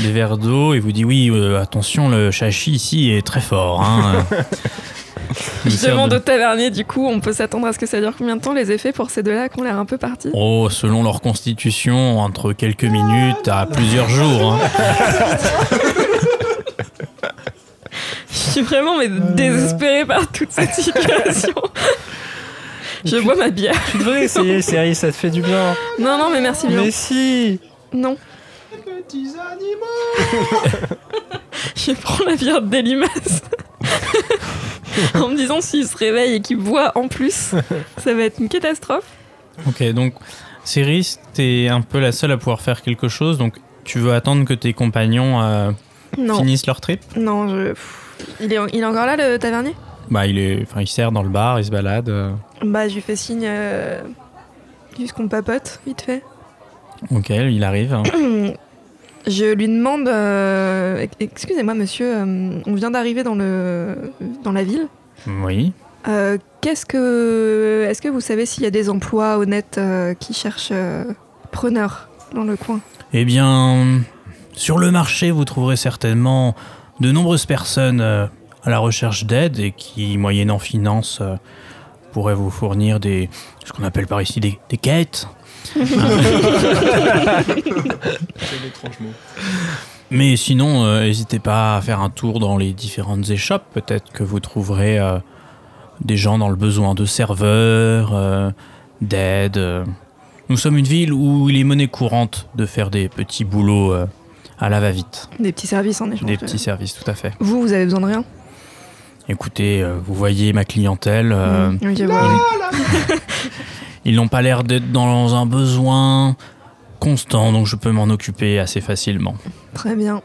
Speaker 4: des verres d'eau et vous dit Oui, euh, attention, le chachi ici est très fort. hein. Il
Speaker 5: Je
Speaker 4: vous sert
Speaker 5: demande
Speaker 4: de-
Speaker 5: au tavernier, du coup, on peut s'attendre à ce que ça dure combien de temps les effets pour ces deux-là qui ont l'air un peu partis
Speaker 4: Oh, selon leur constitution, entre quelques minutes à plusieurs jours. hein.
Speaker 5: Je suis vraiment mais, désespérée par toute cette situation. je bois ma bière.
Speaker 2: Tu devrais essayer, Céris, ça te fait du bien.
Speaker 5: Non, non, mais merci Léon.
Speaker 2: Mais si
Speaker 5: Non. Je prends la bière d'Elimas. en me disant s'il se réveille et qu'il boit en plus, ça va être une catastrophe.
Speaker 4: Ok, donc Céris, t'es un peu la seule à pouvoir faire quelque chose, donc tu veux attendre que tes compagnons euh,
Speaker 5: Non,
Speaker 4: finissent leur trip
Speaker 5: non, je. pff. Il est, il est encore là le tavernier
Speaker 4: Bah, il est, enfin, il sert dans le bar, il se balade. euh.
Speaker 5: Bah, je lui fais signe. euh, Juste qu'on papote, vite fait.
Speaker 4: Ok, il arrive. hein.
Speaker 5: Je lui demande. euh, Excusez-moi, monsieur, euh, on vient d'arriver dans, le... dans la ville.
Speaker 4: oui.
Speaker 5: Euh, Qu'est-ce que. Est-ce que vous savez s'il y a des emplois honnêtes euh, qui cherchent euh, preneurs dans le coin
Speaker 4: Eh bien, sur le marché, vous trouverez certainement de nombreuses personnes euh, à la recherche d'aide et qui, moyennant finance, euh, pourraient vous fournir des, ce qu'on appelle par ici des, des quêtes. Mais sinon, euh, n'hésitez pas à faire un tour dans les différentes échoppes. Peut-être que vous trouverez euh, des gens dans le besoin de serveurs, euh, d'aide. euh. Nous sommes une ville où il est monnaie courante de faire des petits boulots euh, à la va-vite.
Speaker 5: Des petits services en échange.
Speaker 4: Des
Speaker 5: de-
Speaker 4: petits services, tout à fait.
Speaker 5: Vous, vous avez besoin de rien
Speaker 4: Écoutez, euh, vous voyez ma clientèle. euh,
Speaker 5: Oui, je vois.
Speaker 4: ils- Ils n'ont pas l'air d'être dans un besoin constant, donc je peux m'en occuper assez facilement.
Speaker 5: Très bien.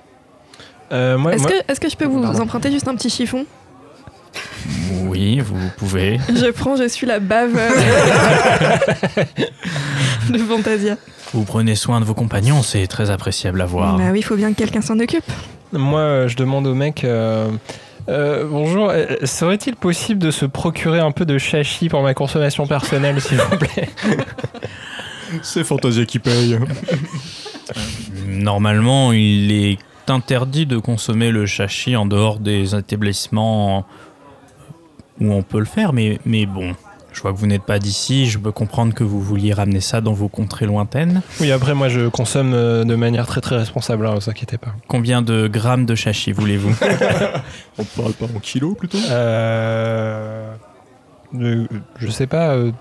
Speaker 2: Euh, moi,
Speaker 5: Est-ce
Speaker 2: moi-
Speaker 5: que, est que je peux vous
Speaker 2: Pardon.
Speaker 5: emprunter juste un petit chiffon
Speaker 4: Oui, vous pouvez.
Speaker 5: Je prends, je suis la bave euh, de Fantasia.
Speaker 4: Vous prenez soin de vos compagnons, c'est très appréciable à voir.
Speaker 5: Bah oui, il faut bien que quelqu'un s'en occupe.
Speaker 2: moi, euh, je demande au mec. euh, euh, bonjour, euh, serait-il possible de se procurer un peu de chachi pour ma consommation personnelle, s'il vous plaît
Speaker 3: C'est Fantasia qui paye.
Speaker 4: Normalement, il est interdit de consommer le chachi en dehors des établissements où on peut le faire, mais, mais bon. Je vois que vous n'êtes pas d'ici, je peux comprendre que vous vouliez ramener ça dans vos contrées lointaines.
Speaker 2: Oui, après, moi, je consomme euh, de manière très très responsable, hein, vous inquiétez pas.
Speaker 4: Combien de grammes de chachi voulez-vous
Speaker 3: On parle pas en kilos plutôt
Speaker 2: Euh, de- je sais pas, euh,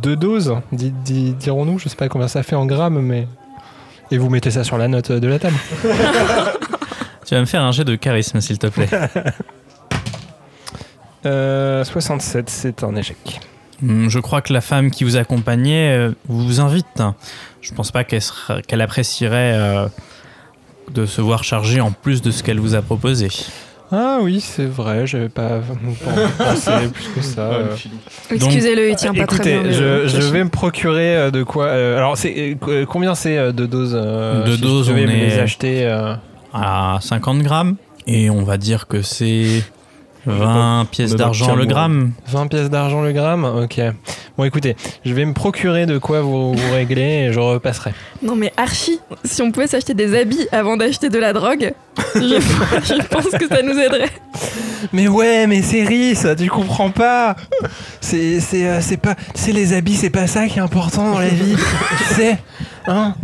Speaker 2: deux doses, di- di- dirons-nous. Je sais pas combien ça fait en grammes, mais. Et vous mettez ça sur la note euh, de la table.
Speaker 4: Tu vas me faire un jet de charisme, s'il te plaît.
Speaker 2: Euh, 67, c'est un échec.
Speaker 4: Hmm, Je crois que la femme qui vous accompagnait euh, vous invite. Je pense pas qu'elle sera- qu'elle apprécierait euh, de se voir chargée en plus de ce qu'elle vous a proposé.
Speaker 2: Ah oui, c'est vrai, j'avais pas pensé plus que ça. euh.
Speaker 5: Excusez-le, il tient pas très bien. euh,
Speaker 2: Écoutez,
Speaker 5: le-
Speaker 2: je,
Speaker 5: le
Speaker 2: je
Speaker 5: cachet.
Speaker 2: vais me procurer euh, de quoi. euh, alors, c'est euh, euh, combien c'est euh, de doses euh,
Speaker 4: De
Speaker 2: si je
Speaker 4: doses,
Speaker 2: devais
Speaker 4: on
Speaker 2: me
Speaker 4: est-
Speaker 2: les acheter. euh,
Speaker 4: À 50 grammes. Et on va dire que c'est 20
Speaker 3: on
Speaker 4: pièces
Speaker 3: est dans
Speaker 4: d'argent
Speaker 3: quel
Speaker 4: le
Speaker 3: mois
Speaker 4: gramme.
Speaker 2: 20 pièces d'argent le gramme Ok. Bon, écoutez, je vais me procurer de quoi vous, vous régler et je repasserai.
Speaker 5: Non mais archi, si on pouvait s'acheter des habits avant d'acheter de la drogue, je, je pense que ça nous aiderait.
Speaker 2: Mais ouais, mais c'est riche, ça, tu comprends pas C'est c'est, euh, c'est pas... C'est les habits, c'est pas ça qui est important dans la vie, tu sais Hein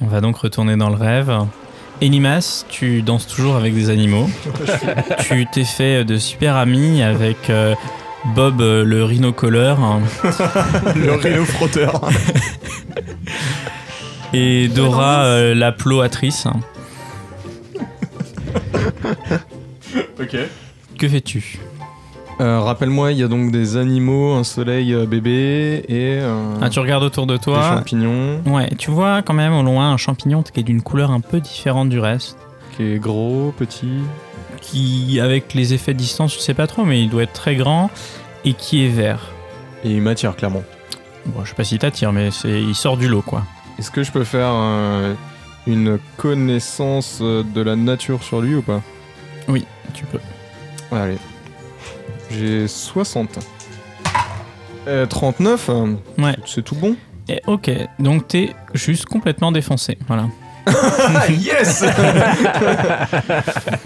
Speaker 4: On va donc retourner dans le rêve. Elimas, tu danses toujours avec des animaux. tu t'es fait de super amis avec euh, Bob euh, le rhinocoleur hein,
Speaker 3: Le rhino frotteur.
Speaker 4: et Dora euh, la ploatrice. hein.
Speaker 3: ok.
Speaker 4: Que fais-tu
Speaker 3: Euh, Rappelle-moi, il y a donc des animaux, un soleil euh, bébé et euh,
Speaker 4: Ah, Tu regardes autour de
Speaker 3: des
Speaker 4: toi.
Speaker 3: champignons
Speaker 4: Ouais, tu vois quand même au loin un champignon qui est d'une couleur un peu différente du reste.
Speaker 3: qui est gros, petit.
Speaker 4: Qui, avec les effets de distance, je sais pas trop, mais il doit être très grand et qui est vert.
Speaker 3: Et il m'attire clairement.
Speaker 4: Bon, je sais pas si t'attire, mais c'est- il sort du lot quoi.
Speaker 3: Est-ce que je peux faire euh, une connaissance euh, de la nature sur lui ou pas
Speaker 4: Tu peux.
Speaker 3: Allez. J'ai 60. Euh, 39 euh,
Speaker 4: Ouais.
Speaker 3: C'est tout bon
Speaker 4: Et ok, donc t'es juste complètement défoncé, voilà.
Speaker 3: Ah yes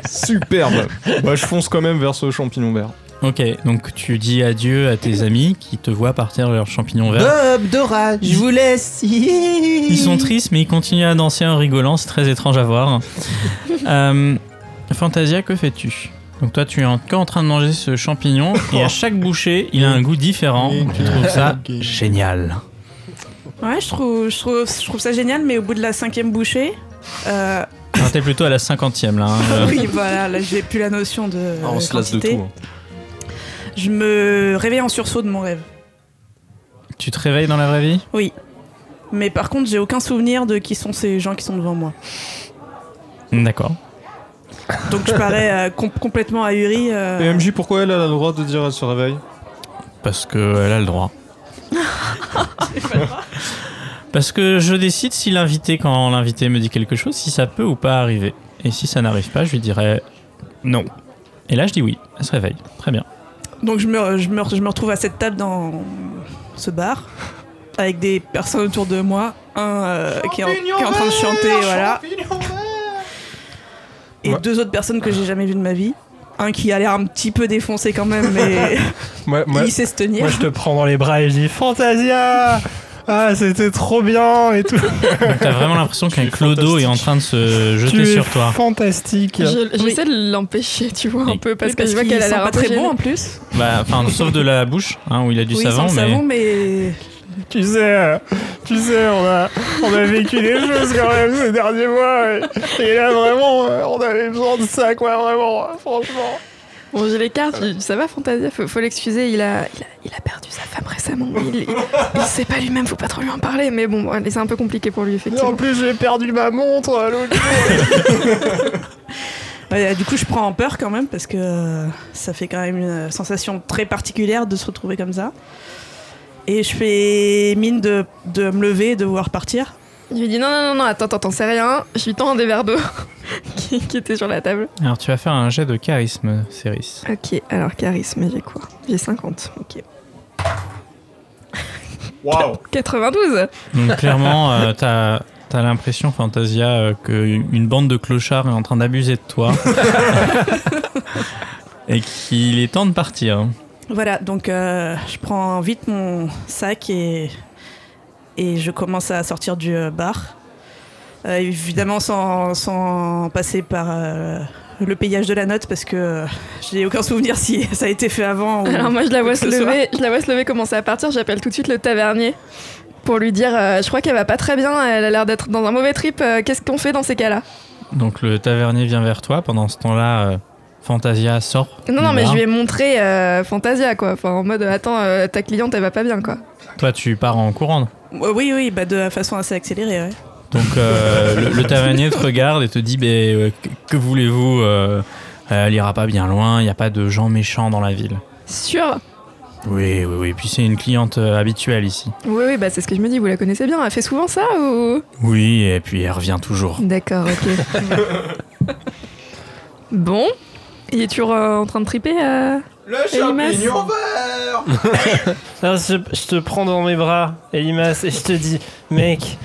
Speaker 3: Superbe Bah je fonce quand même vers ce champignon vert.
Speaker 4: Ok, donc tu dis adieu à tes amis qui te voient partir de leur champignon
Speaker 2: Bah
Speaker 4: vert.
Speaker 3: Bob, Dora, je vous laisse
Speaker 4: Ils sont tristes, mais ils continuent à danser en rigolant, c'est très étrange à voir. Euh, Fantasia, que fais-tu Donc toi, tu es encore en train de manger ce champignon, et à chaque bouchée, il a un goût différent. Tu trouves ça génial.
Speaker 6: Ouais, je trouve, je, trouve, je trouve ça génial, mais au bout de la cinquième bouchée, euh,
Speaker 4: Alors, T'es plutôt à la cinquantième, là. hein. Euh,
Speaker 6: Ah oui, voilà, là, j'ai plus la notion de.
Speaker 3: on se lasse de
Speaker 6: quantité.
Speaker 3: tout. hein.
Speaker 6: Je me réveille en sursaut de mon rêve.
Speaker 4: Euh, Tu te réveilles dans la vraie vie
Speaker 6: Mais par contre, j'ai aucun souvenir de qui sont ces gens qui sont devant moi.
Speaker 4: D'accord.
Speaker 6: Donc je parais euh, com- complètement ahuri. euh,
Speaker 3: Et MJ, E pourquoi elle a le droit de dire elle se réveille
Speaker 4: Parce qu'elle a le droit. Parce que je décide si l'invité, quand l'invité me dit quelque chose, si ça peut ou pas arriver. Et si ça n'arrive pas, je lui dirai non. Et là, je dis oui. Elle se réveille. Très bien.
Speaker 6: Donc je me, je, me, je me retrouve à cette table dans ce bar, avec des personnes autour de moi. Un euh, qui, est en, qui est en train de chanter, voilà. Et
Speaker 2: Ouais.
Speaker 6: deux autres personnes que j'ai jamais vues de ma vie. Un qui a l'air un petit peu défoncé quand même, mais
Speaker 2: Moi, moi,
Speaker 6: il sait se tenir.
Speaker 2: moi, je te prends dans les bras et je dis Fantasia Ah, c'était trop bien et tout
Speaker 4: Donc, t'as vraiment l'impression qu'un clodo est en train de se
Speaker 2: Tu
Speaker 4: jeter
Speaker 2: es
Speaker 4: sur toi.
Speaker 2: fantastique
Speaker 5: Je- J'essaie de l'empêcher, tu vois, un
Speaker 4: Oui.
Speaker 5: peu, parce
Speaker 6: Oui,
Speaker 5: que je vois
Speaker 6: qu'il
Speaker 5: qu'elle a
Speaker 6: sent
Speaker 5: l'air
Speaker 6: pas
Speaker 5: un peu
Speaker 6: très
Speaker 5: gênée.
Speaker 6: bon en plus.
Speaker 4: Bah, enfin, sauf de la bouche, hein, où il a du
Speaker 6: oui,
Speaker 4: savon,
Speaker 6: il sent le
Speaker 4: mais
Speaker 6: savon, mais
Speaker 2: Tu sais, euh, tu sais, on a, on a vécu des choses quand même ces derniers mois. Et, et là, vraiment, euh, on avait besoin de ça, quoi, vraiment, euh, franchement.
Speaker 5: Bon, je l'écarte, je dis, ça va Fantasia, faut, faut l'excuser, il a, il, a, il a perdu sa femme récemment. Il, il, il sait pas lui-même, faut pas trop lui en parler, mais bon, allez, c'est un peu compliqué pour lui,
Speaker 2: Et en
Speaker 5: effectivement.
Speaker 2: plus, j'ai perdu ma montre euh, l'autre jour.
Speaker 6: Ouais, euh, du coup je prends en peur quand même parce que euh, ça fait quand même une euh, sensation très particulière de se retrouver comme ça. Et je fais mine de, de me lever, de vouloir partir.
Speaker 5: Il lui dit non, non, non, non, attends, attends, attends, c'est rien, je lui tends un des verres d'eau qui, qui était sur la table.
Speaker 4: Alors, tu vas faire un jet de charisme, Céris.
Speaker 5: Ok, alors charisme, j'ai quoi J'ai 50, ok.
Speaker 3: Waouh
Speaker 5: 92
Speaker 4: Donc, clairement, euh, t'as. T'as l'impression, Fantasia, euh, qu'une bande de clochards est en train d'abuser de toi. et qu'il est temps de partir.
Speaker 6: Voilà, donc euh, je prends vite mon sac et, et je commence à sortir du euh, bar. Euh, évidemment sans, sans passer par euh, le payage de la note parce que euh, j'ai aucun souvenir si ça a été fait avant. ou-
Speaker 5: Alors moi je la vois se
Speaker 6: Ce soir.
Speaker 5: lever, je la vois se lever, commencer à partir, j'appelle tout de suite le tavernier pour lui dire euh, je crois qu'elle va pas très bien, elle a l'air d'être dans un mauvais trip, euh, qu'est-ce qu'on fait dans ces cas-là
Speaker 4: Donc le tavernier vient vers toi. Pendant ce temps-là, euh, Fantasia sort.
Speaker 5: Non
Speaker 4: du
Speaker 5: non mais
Speaker 4: bar.
Speaker 5: je lui ai montré euh, Fantasia quoi, enfin en mode attends euh, ta cliente elle va pas bien quoi.
Speaker 4: Toi, tu pars en courant.
Speaker 6: Euh, Oui, oui, bah de façon assez accélérée. ouais.
Speaker 4: Donc euh, le, le tavernier te regarde et te dit Ben, euh, que, que voulez-vous euh, Elle ira pas bien loin. Il n'y a pas de gens méchants dans la ville.
Speaker 5: Sûr
Speaker 4: Oui, oui, oui. Puis c'est une cliente euh, habituelle ici.
Speaker 5: Oui oui bah c'est ce que je me dis, vous la connaissez bien, elle fait souvent ça ou
Speaker 4: Oui, et puis elle revient toujours.
Speaker 5: D'accord ok. bon, il est toujours euh, en train de triper euh,
Speaker 3: Le
Speaker 5: Elimas champignon
Speaker 3: vert
Speaker 7: Alors, je, je te prends dans mes bras, Elimas, et je te dis, mec,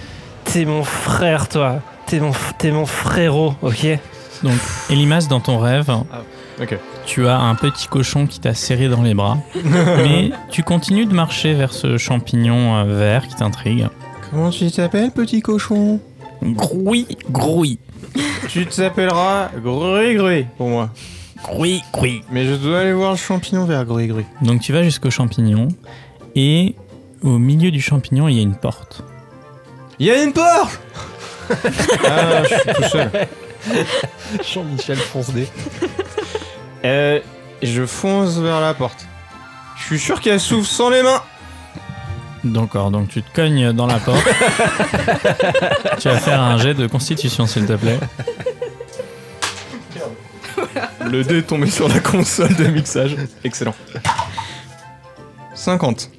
Speaker 7: t'es mon frère, toi. T'es mon, f- t'es mon frérot, ok
Speaker 4: Donc Elimas, dans ton rêve,
Speaker 3: Ok.
Speaker 4: tu as un petit cochon qui t'a serré dans les bras. mais tu continues de marcher vers ce champignon euh, vert qui t'intrigue.
Speaker 3: Comment tu t'appelles, petit cochon
Speaker 4: Grouille, grouille,
Speaker 3: Tu t'appelleras Gruy Gruy pour moi.
Speaker 4: grouille, grouille.
Speaker 3: Mais je dois aller voir le champignon vert Gruy Gruy.
Speaker 4: Donc tu vas jusqu'au champignon et au milieu du champignon il y a une porte.
Speaker 3: Il y a une porte Ah, je suis tout seul.
Speaker 2: Jean-Michel fonce
Speaker 3: Euh, je fonce vers la porte. Je suis sûr qu'elle s'ouvre sans les mains.
Speaker 4: D'accord, donc tu te cognes dans la porte. tu vas faire un jet de constitution s'il te plaît.
Speaker 3: Le dé est tombé sur la console de mixage. Excellent. 50.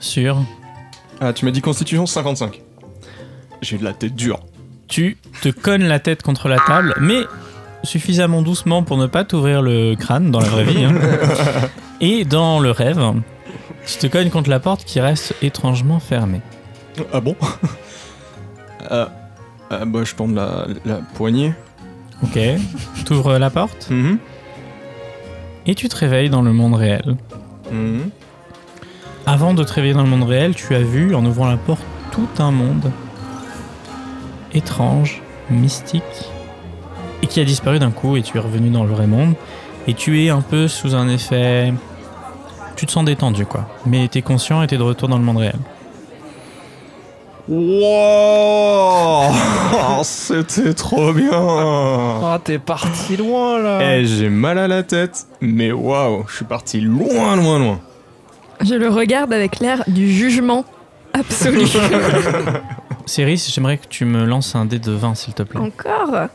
Speaker 4: Sur
Speaker 3: Ah, tu m'as dit constitution 55. J'ai de la tête dure.
Speaker 4: tu te cognes la tête contre la table, mais suffisamment doucement pour ne pas t'ouvrir le crâne dans la vraie vie. hein. Et dans le rêve, tu te cognes contre la porte qui reste étrangement fermée.
Speaker 3: Ah bon Ah, ah bah je tends la, la poignée.
Speaker 4: Ok, t'ouvres la porte
Speaker 3: Mhm.
Speaker 4: et tu te réveilles dans le monde réel.
Speaker 3: Mhm.
Speaker 4: Avant de te réveiller dans le monde réel, tu as vu, en ouvrant la porte, tout un monde étrange, mystique, et qui a disparu d'un coup, et tu es revenu dans le vrai monde, et tu es un peu sous un effet... Tu te sens détendu, quoi. Mais t'es conscient et t'es de retour dans le monde réel.
Speaker 3: Wow Oh, C'était trop bien
Speaker 2: Ah, t'es parti loin là
Speaker 3: Eh, j'ai mal à la tête, mais waouh, je suis parti loin, loin, loin.
Speaker 5: Je le regarde avec l'air du jugement absolu.
Speaker 4: Céris, j'aimerais que tu me lances un dé de 20, s'il te plaît.
Speaker 5: Encore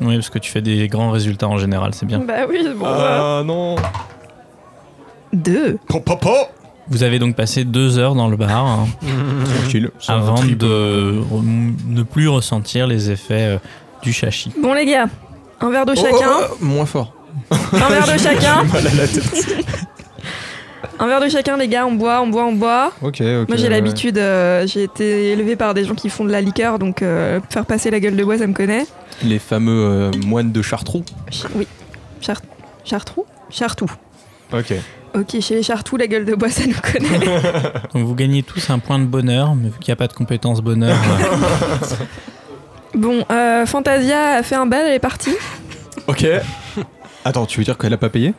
Speaker 4: Oui, parce que tu fais des grands résultats en général, c'est bien.
Speaker 5: Bah oui, bon. euh,
Speaker 3: Ah non
Speaker 5: Deux.
Speaker 3: Pop, pop, pop
Speaker 4: Vous avez donc passé deux heures dans le bar. hein.
Speaker 3: Tranquille, ça va,
Speaker 4: avant
Speaker 3: tri-
Speaker 4: de re- ne plus ressentir les effets euh, du chachi.
Speaker 5: Bon les gars, un verre de
Speaker 3: Oh,
Speaker 5: chacun,
Speaker 3: oh, oh, moins fort.
Speaker 5: un verre de chacun,
Speaker 3: Mal à la tête.
Speaker 5: un verre de chacun les gars, on boit, on boit, on boit.
Speaker 3: ok, ok.
Speaker 5: Moi j'ai l'habitude, euh, j'ai été élevée par des gens qui font de la liqueur, donc euh, faire passer la gueule de bois ça me connaît.
Speaker 3: Les fameux euh, moines de Chartreux.
Speaker 5: Ch- oui, Char- Chartrou Chartou.
Speaker 3: Ok.
Speaker 5: Ok, chez les Chartrous la gueule de bois ça nous connaît.
Speaker 4: Donc vous gagnez tous un point de bonheur, mais vu qu'il n'y a pas de compétence bonheur, euh,
Speaker 5: bon, euh, Fantasia a fait un bal, elle est partie.
Speaker 3: Ok. Attends, tu veux dire qu'elle a pas payé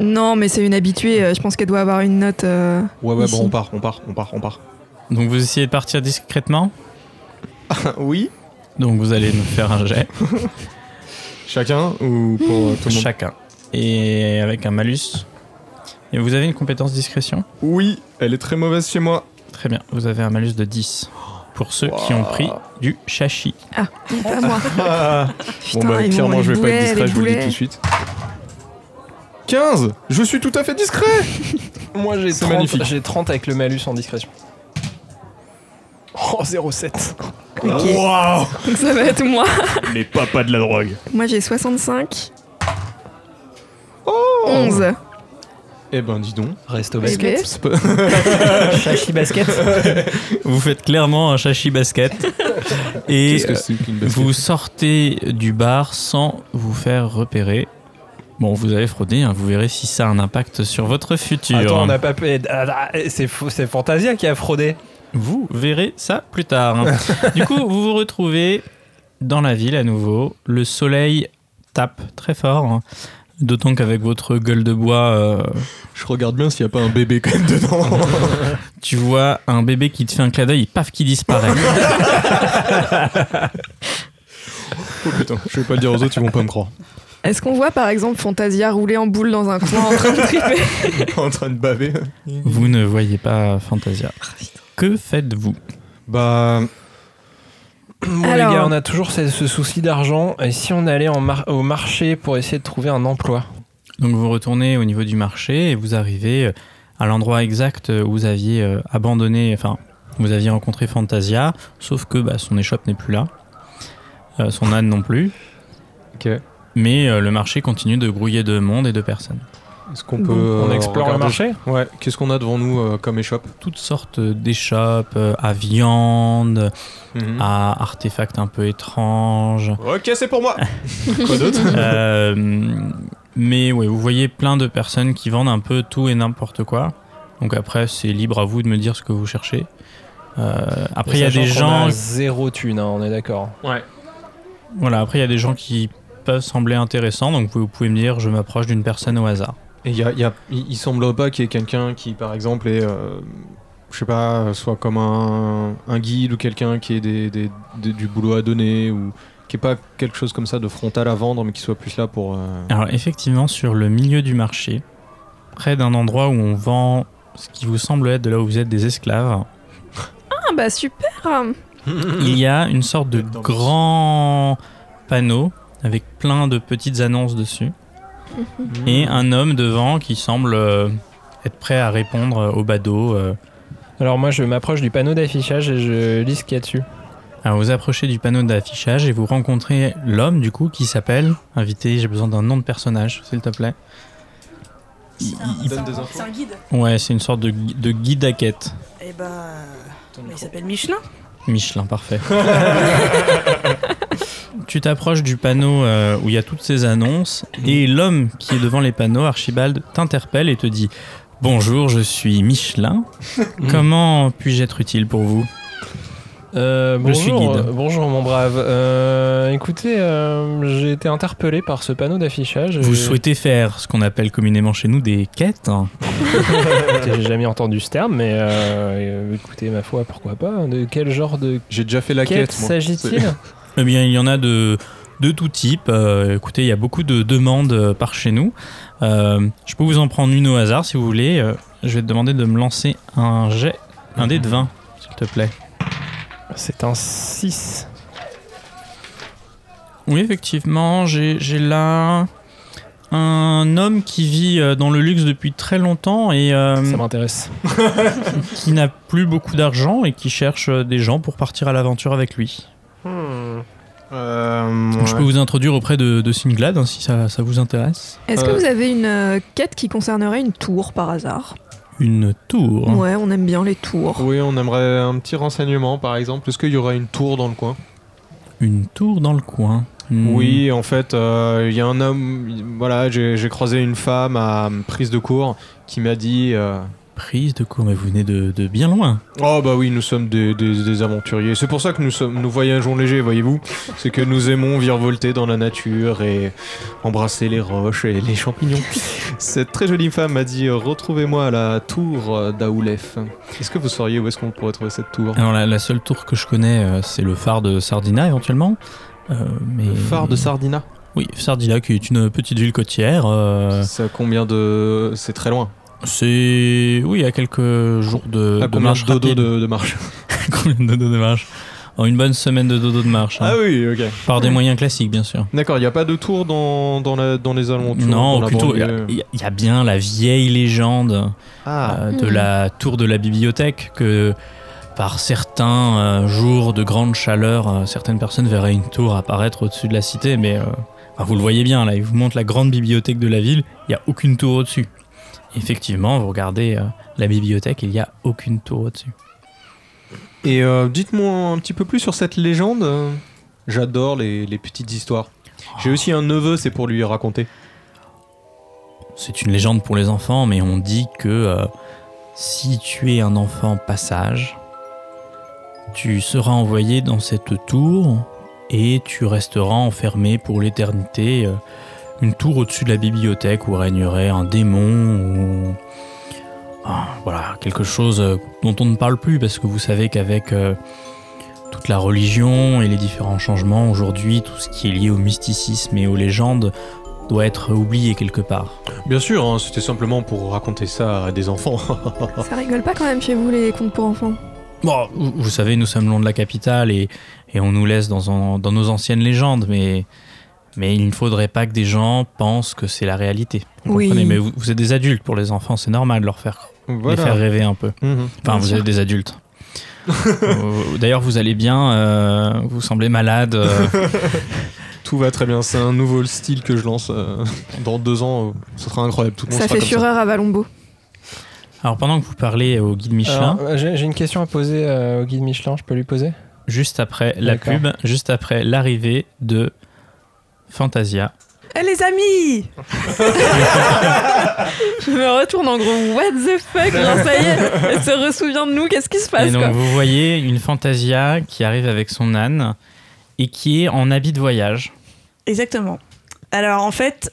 Speaker 5: Non mais c'est une habituée, euh, je pense qu'elle doit avoir une note... euh,
Speaker 3: Ouais, ouais,
Speaker 5: Ici.
Speaker 3: bon, bah, on part, on part, on part, on part.
Speaker 4: donc vous essayez de partir discrètement.
Speaker 3: oui
Speaker 4: Donc vous allez nous faire un jet
Speaker 3: Chacun ou pour euh, tout le monde
Speaker 4: chacun et avec un malus. Et vous avez une compétence discrétion.
Speaker 3: Oui, elle est très mauvaise chez moi.
Speaker 4: Très bien, vous avez un malus de 10 pour ceux qui ont pris du chachi.
Speaker 5: Pas moi.
Speaker 3: Ah.
Speaker 5: Putain, ils vont les boulet, les boulet.
Speaker 3: suite. 15 Je suis tout à fait discret
Speaker 7: Eh,
Speaker 2: Moi j'ai
Speaker 3: C'est
Speaker 2: 30,
Speaker 3: magnifique.
Speaker 2: j'ai 30 avec le malus en discrétion. Oh 07.
Speaker 3: Waouh
Speaker 5: Donc ça va être moi.
Speaker 3: Les papas de la drogue
Speaker 5: Moi j'ai 65.
Speaker 3: Oh.
Speaker 5: 11.
Speaker 3: Eh ben dis donc.
Speaker 2: Reste au
Speaker 5: basket. Eh
Speaker 3: C'est pas-
Speaker 2: Chachi basket.
Speaker 4: Vous faites clairement un chachi basket. et
Speaker 3: Qu'est-ce que c'est qu'une basket
Speaker 4: Vous sortez du bar sans vous faire repérer Bon, vous avez fraudé, hein, vous verrez si ça a un impact sur votre futur.
Speaker 2: Attends, on n'a pas payé. Ah, ah, C'est fou- c'est Fantasia qui a fraudé.
Speaker 4: Vous verrez ça plus tard. hein. du coup, vous vous retrouvez dans la ville à nouveau. Le soleil tape très fort. hein. D'autant qu'avec votre gueule de bois, euh,
Speaker 3: Je regarde bien s'il n'y a pas un bébé quand même dedans.
Speaker 4: tu vois un bébé qui te fait un clin d'œil et paf qui disparaît.
Speaker 3: oh putain, je vais pas le dire aux autres, ils vont pas me croire.
Speaker 5: Est-ce qu'on voit par exemple Fantasia rouler en boule dans un coin en train de triper
Speaker 3: en train de baver.
Speaker 4: vous ne voyez pas Fantasia. Que faites-vous
Speaker 3: Bah,
Speaker 2: Bon,
Speaker 5: Alors-
Speaker 2: les gars, on a toujours ce, ce souci d'argent. Et si on allait en mar- au marché pour essayer de trouver un emploi
Speaker 4: Donc vous retournez au niveau du marché et vous arrivez euh, à l'endroit exact où vous aviez euh, abandonné, enfin, vous aviez rencontré Fantasia, sauf que bah, son échoppe n'est plus là, Euh, son âne non plus.
Speaker 2: Ok.
Speaker 4: Mais euh, le marché continue de grouiller de monde et de personnes.
Speaker 3: est-ce qu'on peut. euh,
Speaker 7: Oh,
Speaker 2: On explore
Speaker 3: regarder-
Speaker 2: le marché
Speaker 3: Ouais, qu'est-ce qu'on a devant nous euh, comme échoppe
Speaker 4: Toutes sortes d'échoppes euh, à viande,
Speaker 2: Mhm.
Speaker 3: Ah.
Speaker 4: à artefacts un peu étranges.
Speaker 3: Ok, c'est pour moi Quoi d'autre
Speaker 4: Euh, mais ouais, vous voyez plein de personnes qui vendent un peu tout et n'importe quoi. Donc après, c'est libre à vous de me dire ce que vous cherchez. Euh, après, il y a
Speaker 2: Sachant
Speaker 4: des
Speaker 2: qu'on
Speaker 4: gens,
Speaker 2: a zéro thune, hein, on est d'accord.
Speaker 4: voilà, après il y a des gens qui peuvent sembler intéressants. Donc vous pouvez me dire, je m'approche d'une personne au hasard.
Speaker 3: Et y a- y a- il il semble pas qu'il y ait quelqu'un qui, par exemple, est, euh, je sais pas, soit comme un, un guide ou quelqu'un qui ait des, des- des- du boulot à donner ou qui ait pas quelque chose comme ça de frontal à vendre, mais qui soit plus là pour. euh,
Speaker 4: Alors effectivement, sur le milieu du marché, près d'un endroit où on vend ce qui vous semble être de là où vous êtes des esclaves,
Speaker 5: Ah bah super
Speaker 4: il y a une sorte de grand panneau avec plein de petites annonces dessus. et un homme devant qui semble euh, être prêt à répondre euh, au badaud. euh.
Speaker 2: Alors moi, je m'approche du panneau d'affichage et je lis ce qu'il y a dessus.
Speaker 4: Alors Ah, vous approchez du panneau d'affichage et vous rencontrez l'homme du coup qui s'appelle invité. J'ai besoin d'un nom de personnage, s'il te plaît. Il- il-
Speaker 3: donne des infos.
Speaker 6: un guide.
Speaker 4: ouais, c'est une sorte de, gui- de guide à quête.
Speaker 6: Eh ben, il s'appelle Michelin.
Speaker 4: Michelin, parfait. tu t'approches du panneau euh, où il y a toutes ces annonces
Speaker 2: Mhm.
Speaker 4: et l'homme qui est devant les panneaux, Archibald, t'interpelle et te dit Bonjour, je suis Michelin. Comment puis-je être utile pour vous
Speaker 2: Euh,
Speaker 4: Je suis
Speaker 2: bonjour,
Speaker 4: guide.
Speaker 2: euh, bonjour mon brave. Euh, écoutez, euh, j'ai été interpellé par ce panneau d'affichage.
Speaker 4: Vous
Speaker 2: Et-
Speaker 4: souhaitez faire ce qu'on appelle communément chez nous des quêtes. hein.
Speaker 2: Écoutez, J'ai jamais entendu ce terme, mais euh, euh, écoutez, ma foi, pourquoi pas De quel genre de
Speaker 3: J'ai déjà fait la
Speaker 2: quête
Speaker 3: quête, moi.
Speaker 2: s'agit-il
Speaker 4: Eh bien, il y en a de, de tout type. Euh, écoutez, il y a beaucoup de demandes euh, par chez nous. Euh, je peux vous en prendre une au hasard si vous voulez. Euh, je vais te demander de me lancer un jet, un dé de 20, s'il te plaît.
Speaker 2: C'est un 6.
Speaker 4: Oui, effectivement, j'ai j'ai là un homme qui vit euh, dans le luxe depuis très longtemps et euh,
Speaker 2: Ça m'intéresse.
Speaker 4: qui n'a plus beaucoup d'argent et qui cherche euh, des gens pour partir à l'aventure avec lui.
Speaker 3: Euh,
Speaker 4: Donc, Je peux
Speaker 3: ouais.
Speaker 4: vous introduire auprès de, de Singlad hein, si ça, ça vous intéresse.
Speaker 5: Est-ce que
Speaker 3: Euh.
Speaker 5: vous avez une euh, quête qui concernerait une tour par hasard
Speaker 4: Une tour.
Speaker 5: Ouais, on aime bien les tours.
Speaker 3: Oui, on aimerait un petit renseignement, par exemple. Est-ce qu'il y aura une tour dans le coin
Speaker 4: Une tour dans le coin. Hmm.
Speaker 3: Oui, en fait, euh, il y a un homme. il- Voilà, j'ai j'ai croisé une femme à euh, prise de cours qui m'a dit. euh,
Speaker 4: Prise de cours, mais vous venez de, de bien loin.
Speaker 3: Oh bah oui, nous sommes des, des- des aventuriers. C'est pour ça que nous sommes, nous voyageons léger, voyez-vous. C'est que nous aimons virevolter dans la nature et embrasser les roches et les champignons. Cette très jolie femme m'a dit euh, retrouvez-moi à la tour euh, d'Aoulef. Est-ce que vous sauriez où est-ce qu'on pourrait trouver cette tour
Speaker 4: Alors la, la seule tour que je connais, euh, c'est le phare de Sardina éventuellement. Euh, mais...
Speaker 3: Le phare de Sardina.
Speaker 4: Oui, Sardina qui est une petite ville côtière. euh,
Speaker 3: Ça a combien de C'est très loin.
Speaker 4: c'est oui, il y a quelques jours
Speaker 3: À
Speaker 4: de, Euh, de
Speaker 3: combien
Speaker 4: marche
Speaker 3: de dodo
Speaker 4: rapide.
Speaker 3: de, de marche
Speaker 4: Combien de dodo de marche En une bonne semaine de dodo de marche. hein.
Speaker 3: Ah oui, ok.
Speaker 4: Par des moyens classiques, bien sûr.
Speaker 3: D'accord, il n'y a pas de tour dans, dans, la- dans les alentours.
Speaker 4: non,
Speaker 3: dans la
Speaker 4: plutôt, il y a-
Speaker 3: banlieue.
Speaker 4: il y, a- il y a bien la vieille légende
Speaker 3: Ah,
Speaker 4: euh, de
Speaker 5: Mhm.
Speaker 4: la tour de la bibliothèque que par certains euh, jours de grande chaleur, euh, certaines personnes verraient une tour apparaître au-dessus de la cité, mais euh, enfin, vous le voyez bien, là, il vous montre la grande bibliothèque de la ville, il n'y a aucune tour au-dessus. Effectivement, vous regardez euh, la bibliothèque, il n'y a aucune tour au-dessus.
Speaker 3: Et euh, dites-moi un petit peu plus sur cette légende. Oh. Euh, J'adore les, les petites histoires. J'ai aussi un neveu, c'est pour lui raconter.
Speaker 4: c'est une légende pour les enfants, mais on dit que euh, si tu es un enfant passage, tu seras envoyé dans cette tour et tu resteras enfermé pour l'éternité. euh, une tour au-dessus de la bibliothèque où régnerait un démon ou ah, voilà quelque chose euh, dont on ne parle plus parce que vous savez qu'avec euh, toute la religion et les différents changements aujourd'hui, tout ce qui est lié au mysticisme et aux légendes doit être oublié quelque part.
Speaker 3: Bien sûr, hein, c'était simplement pour raconter ça à des enfants. Oh.
Speaker 5: Ça rigole pas quand même chez vous les contes pour enfants.
Speaker 4: Bon, vous, vous savez, nous sommes loin de la capitale et, et on nous laisse dans, en- dans nos anciennes légendes, mais, mais il ne faudrait pas que des gens pensent que c'est la réalité. Vous
Speaker 6: Oui.
Speaker 4: comprenez, mais vous, vous êtes des adultes pour les enfants, c'est normal de leur faire, les faire rêver un peu.
Speaker 3: Mhm.
Speaker 4: Enfin,
Speaker 5: Bien
Speaker 4: vous
Speaker 5: sûr.
Speaker 4: êtes des adultes. Euh, D'ailleurs, vous allez bien, euh, vous semblez malade. euh,
Speaker 3: Tout va très bien, c'est un nouveau style que je lance euh, dans deux ans, euh, ça sera incroyable. Tout le monde
Speaker 5: ça
Speaker 3: sera
Speaker 5: fait
Speaker 3: comme
Speaker 5: fureur à Valombo.
Speaker 4: Alors, pendant que vous parlez au guide Michelin,
Speaker 7: Alors, euh, J'ai j'ai une question à poser euh, au guide Michelin, je peux lui poser
Speaker 4: juste après la
Speaker 7: D'accord.
Speaker 4: pub, juste après l'arrivée de Fantasia.
Speaker 6: Eh, les amis
Speaker 5: Je me retourne en gros, what the fuck, genre, ça y est, elle se ressouvient de nous, qu'est-ce qui se passe
Speaker 4: Et donc
Speaker 5: quoi
Speaker 4: vous voyez une Fantasia qui arrive avec son âne et qui est en habit de voyage.
Speaker 6: Exactement. Alors en fait,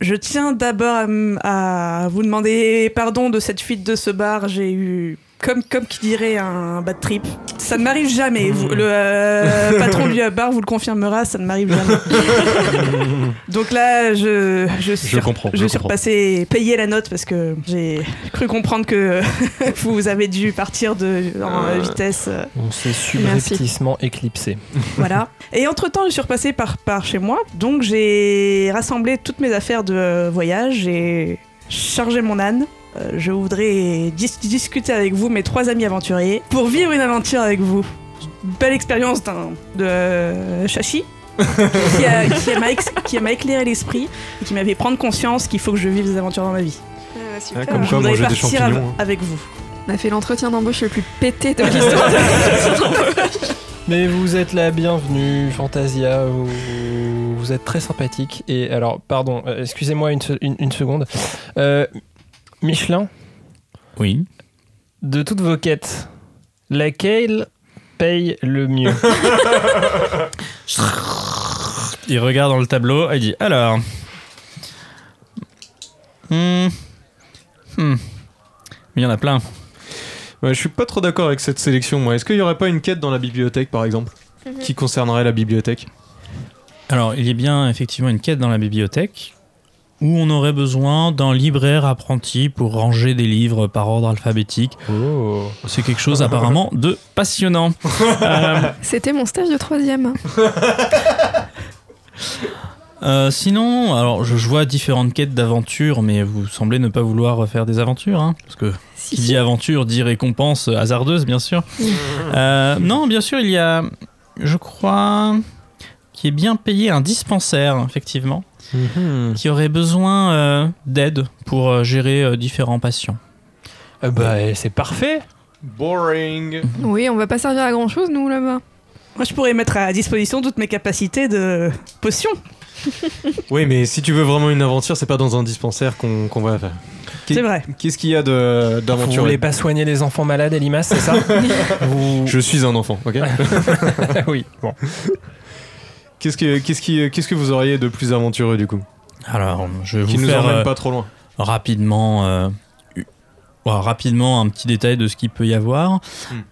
Speaker 6: je tiens d'abord à, m- à vous demander pardon de cette fuite de ce bar. J'ai eu, comme, comme qui dirait, un bad trip. Ça ne m'arrive jamais.
Speaker 3: Hmm.
Speaker 6: Vous- le euh, patron du bar vous le confirmera, ça ne m'arrive jamais. Donc là, je, je suis,
Speaker 3: Je comprends,
Speaker 6: je
Speaker 3: je
Speaker 6: suis
Speaker 3: comprends.
Speaker 6: repassée payer la note parce que j'ai cru comprendre que vous avez dû partir de, en
Speaker 3: Euh.
Speaker 6: vitesse. euh,
Speaker 7: On s'est
Speaker 5: Merci.
Speaker 7: subrepticement éclipsé.
Speaker 6: voilà. Et entre-temps, je suis repassée par, par chez moi. Donc, j'ai rassemblé toutes mes affaires de euh, voyage. J'ai chargé mon âne. Euh, je voudrais dis- discuter avec vous, mes trois amis aventuriers, pour vivre une aventure avec vous. Belle expérience d'un de euh, Shashi. qui a- qui a m'a ex- qui m'a éclairé l'esprit et qui m'avait prendre conscience qu'il faut que je vive des aventures dans ma vie.
Speaker 5: Ah, super.
Speaker 3: Ah, comme
Speaker 6: je
Speaker 3: quoi,
Speaker 6: voudrais
Speaker 3: manger des
Speaker 6: partir av-
Speaker 3: champignons, hein.
Speaker 6: avec vous.
Speaker 5: On a fait l'entretien d'embauche le plus pété de l'histoire.
Speaker 7: Mais vous êtes la bienvenue, Fantasia. Vous, vous êtes très sympathique. Et alors, pardon, euh, excusez-moi une, se- une- une seconde. Euh, Michelin,
Speaker 4: Oui.
Speaker 7: de toutes vos quêtes, laquelle paye le mieux
Speaker 4: Il regarde dans le tableau et il dit alors. Hmm. Hmm. Il y en a plein.
Speaker 3: Ouais, je suis pas trop d'accord avec cette sélection, moi. Est-ce qu'il y aurait pas une quête dans la bibliothèque, par exemple,
Speaker 5: Mhm.
Speaker 3: qui concernerait la bibliothèque
Speaker 4: Alors il y a bien effectivement une quête dans la bibliothèque où on aurait besoin d'un libraire apprenti pour ranger des livres par ordre alphabétique.
Speaker 7: Oh
Speaker 4: C'est quelque chose apparemment de passionnant. Euh,
Speaker 5: C'était mon stage de troisième.
Speaker 4: Euh, sinon, alors je, je vois différentes quêtes d'aventure, mais vous semblez ne pas vouloir faire des aventures, hein, parce que
Speaker 5: Si,
Speaker 4: qui dit aventure dit récompense hasardeuse, bien sûr.
Speaker 3: Mm.
Speaker 4: Euh, non, bien sûr, il y a, je crois, qui est bien payé un dispensaire, effectivement,
Speaker 3: Mm-hmm.
Speaker 4: qui aurait besoin euh, d'aide pour euh, gérer euh, différents patients.
Speaker 7: Euh, Bah, eh, c'est parfait
Speaker 3: Boring
Speaker 5: Oui, on va pas servir à grand chose nous là-bas.
Speaker 6: Moi, je pourrais mettre à disposition toutes mes capacités de potions.
Speaker 3: Oui, mais si tu veux vraiment une aventure, c'est pas dans un dispensaire qu'on qu'on va faire. Qui-
Speaker 6: C'est vrai.
Speaker 3: Qu'est-ce qu'il y a de-
Speaker 7: Vous
Speaker 3: d'aventure
Speaker 7: voulez pas soigner les enfants malades et limaces, c'est ça Vous-
Speaker 3: Je suis un enfant, ok
Speaker 7: Oui, bon.
Speaker 3: Qu'est-ce que, qu'est-ce qui- qu'est-ce que vous auriez de plus aventureux, du coup
Speaker 4: Alors, je vais
Speaker 3: Qui
Speaker 4: vous
Speaker 3: nous
Speaker 4: faire
Speaker 3: emmène
Speaker 4: euh,
Speaker 3: pas trop loin.
Speaker 4: rapidement, euh, u- ouais, rapidement un petit détail de ce qu'il peut y avoir.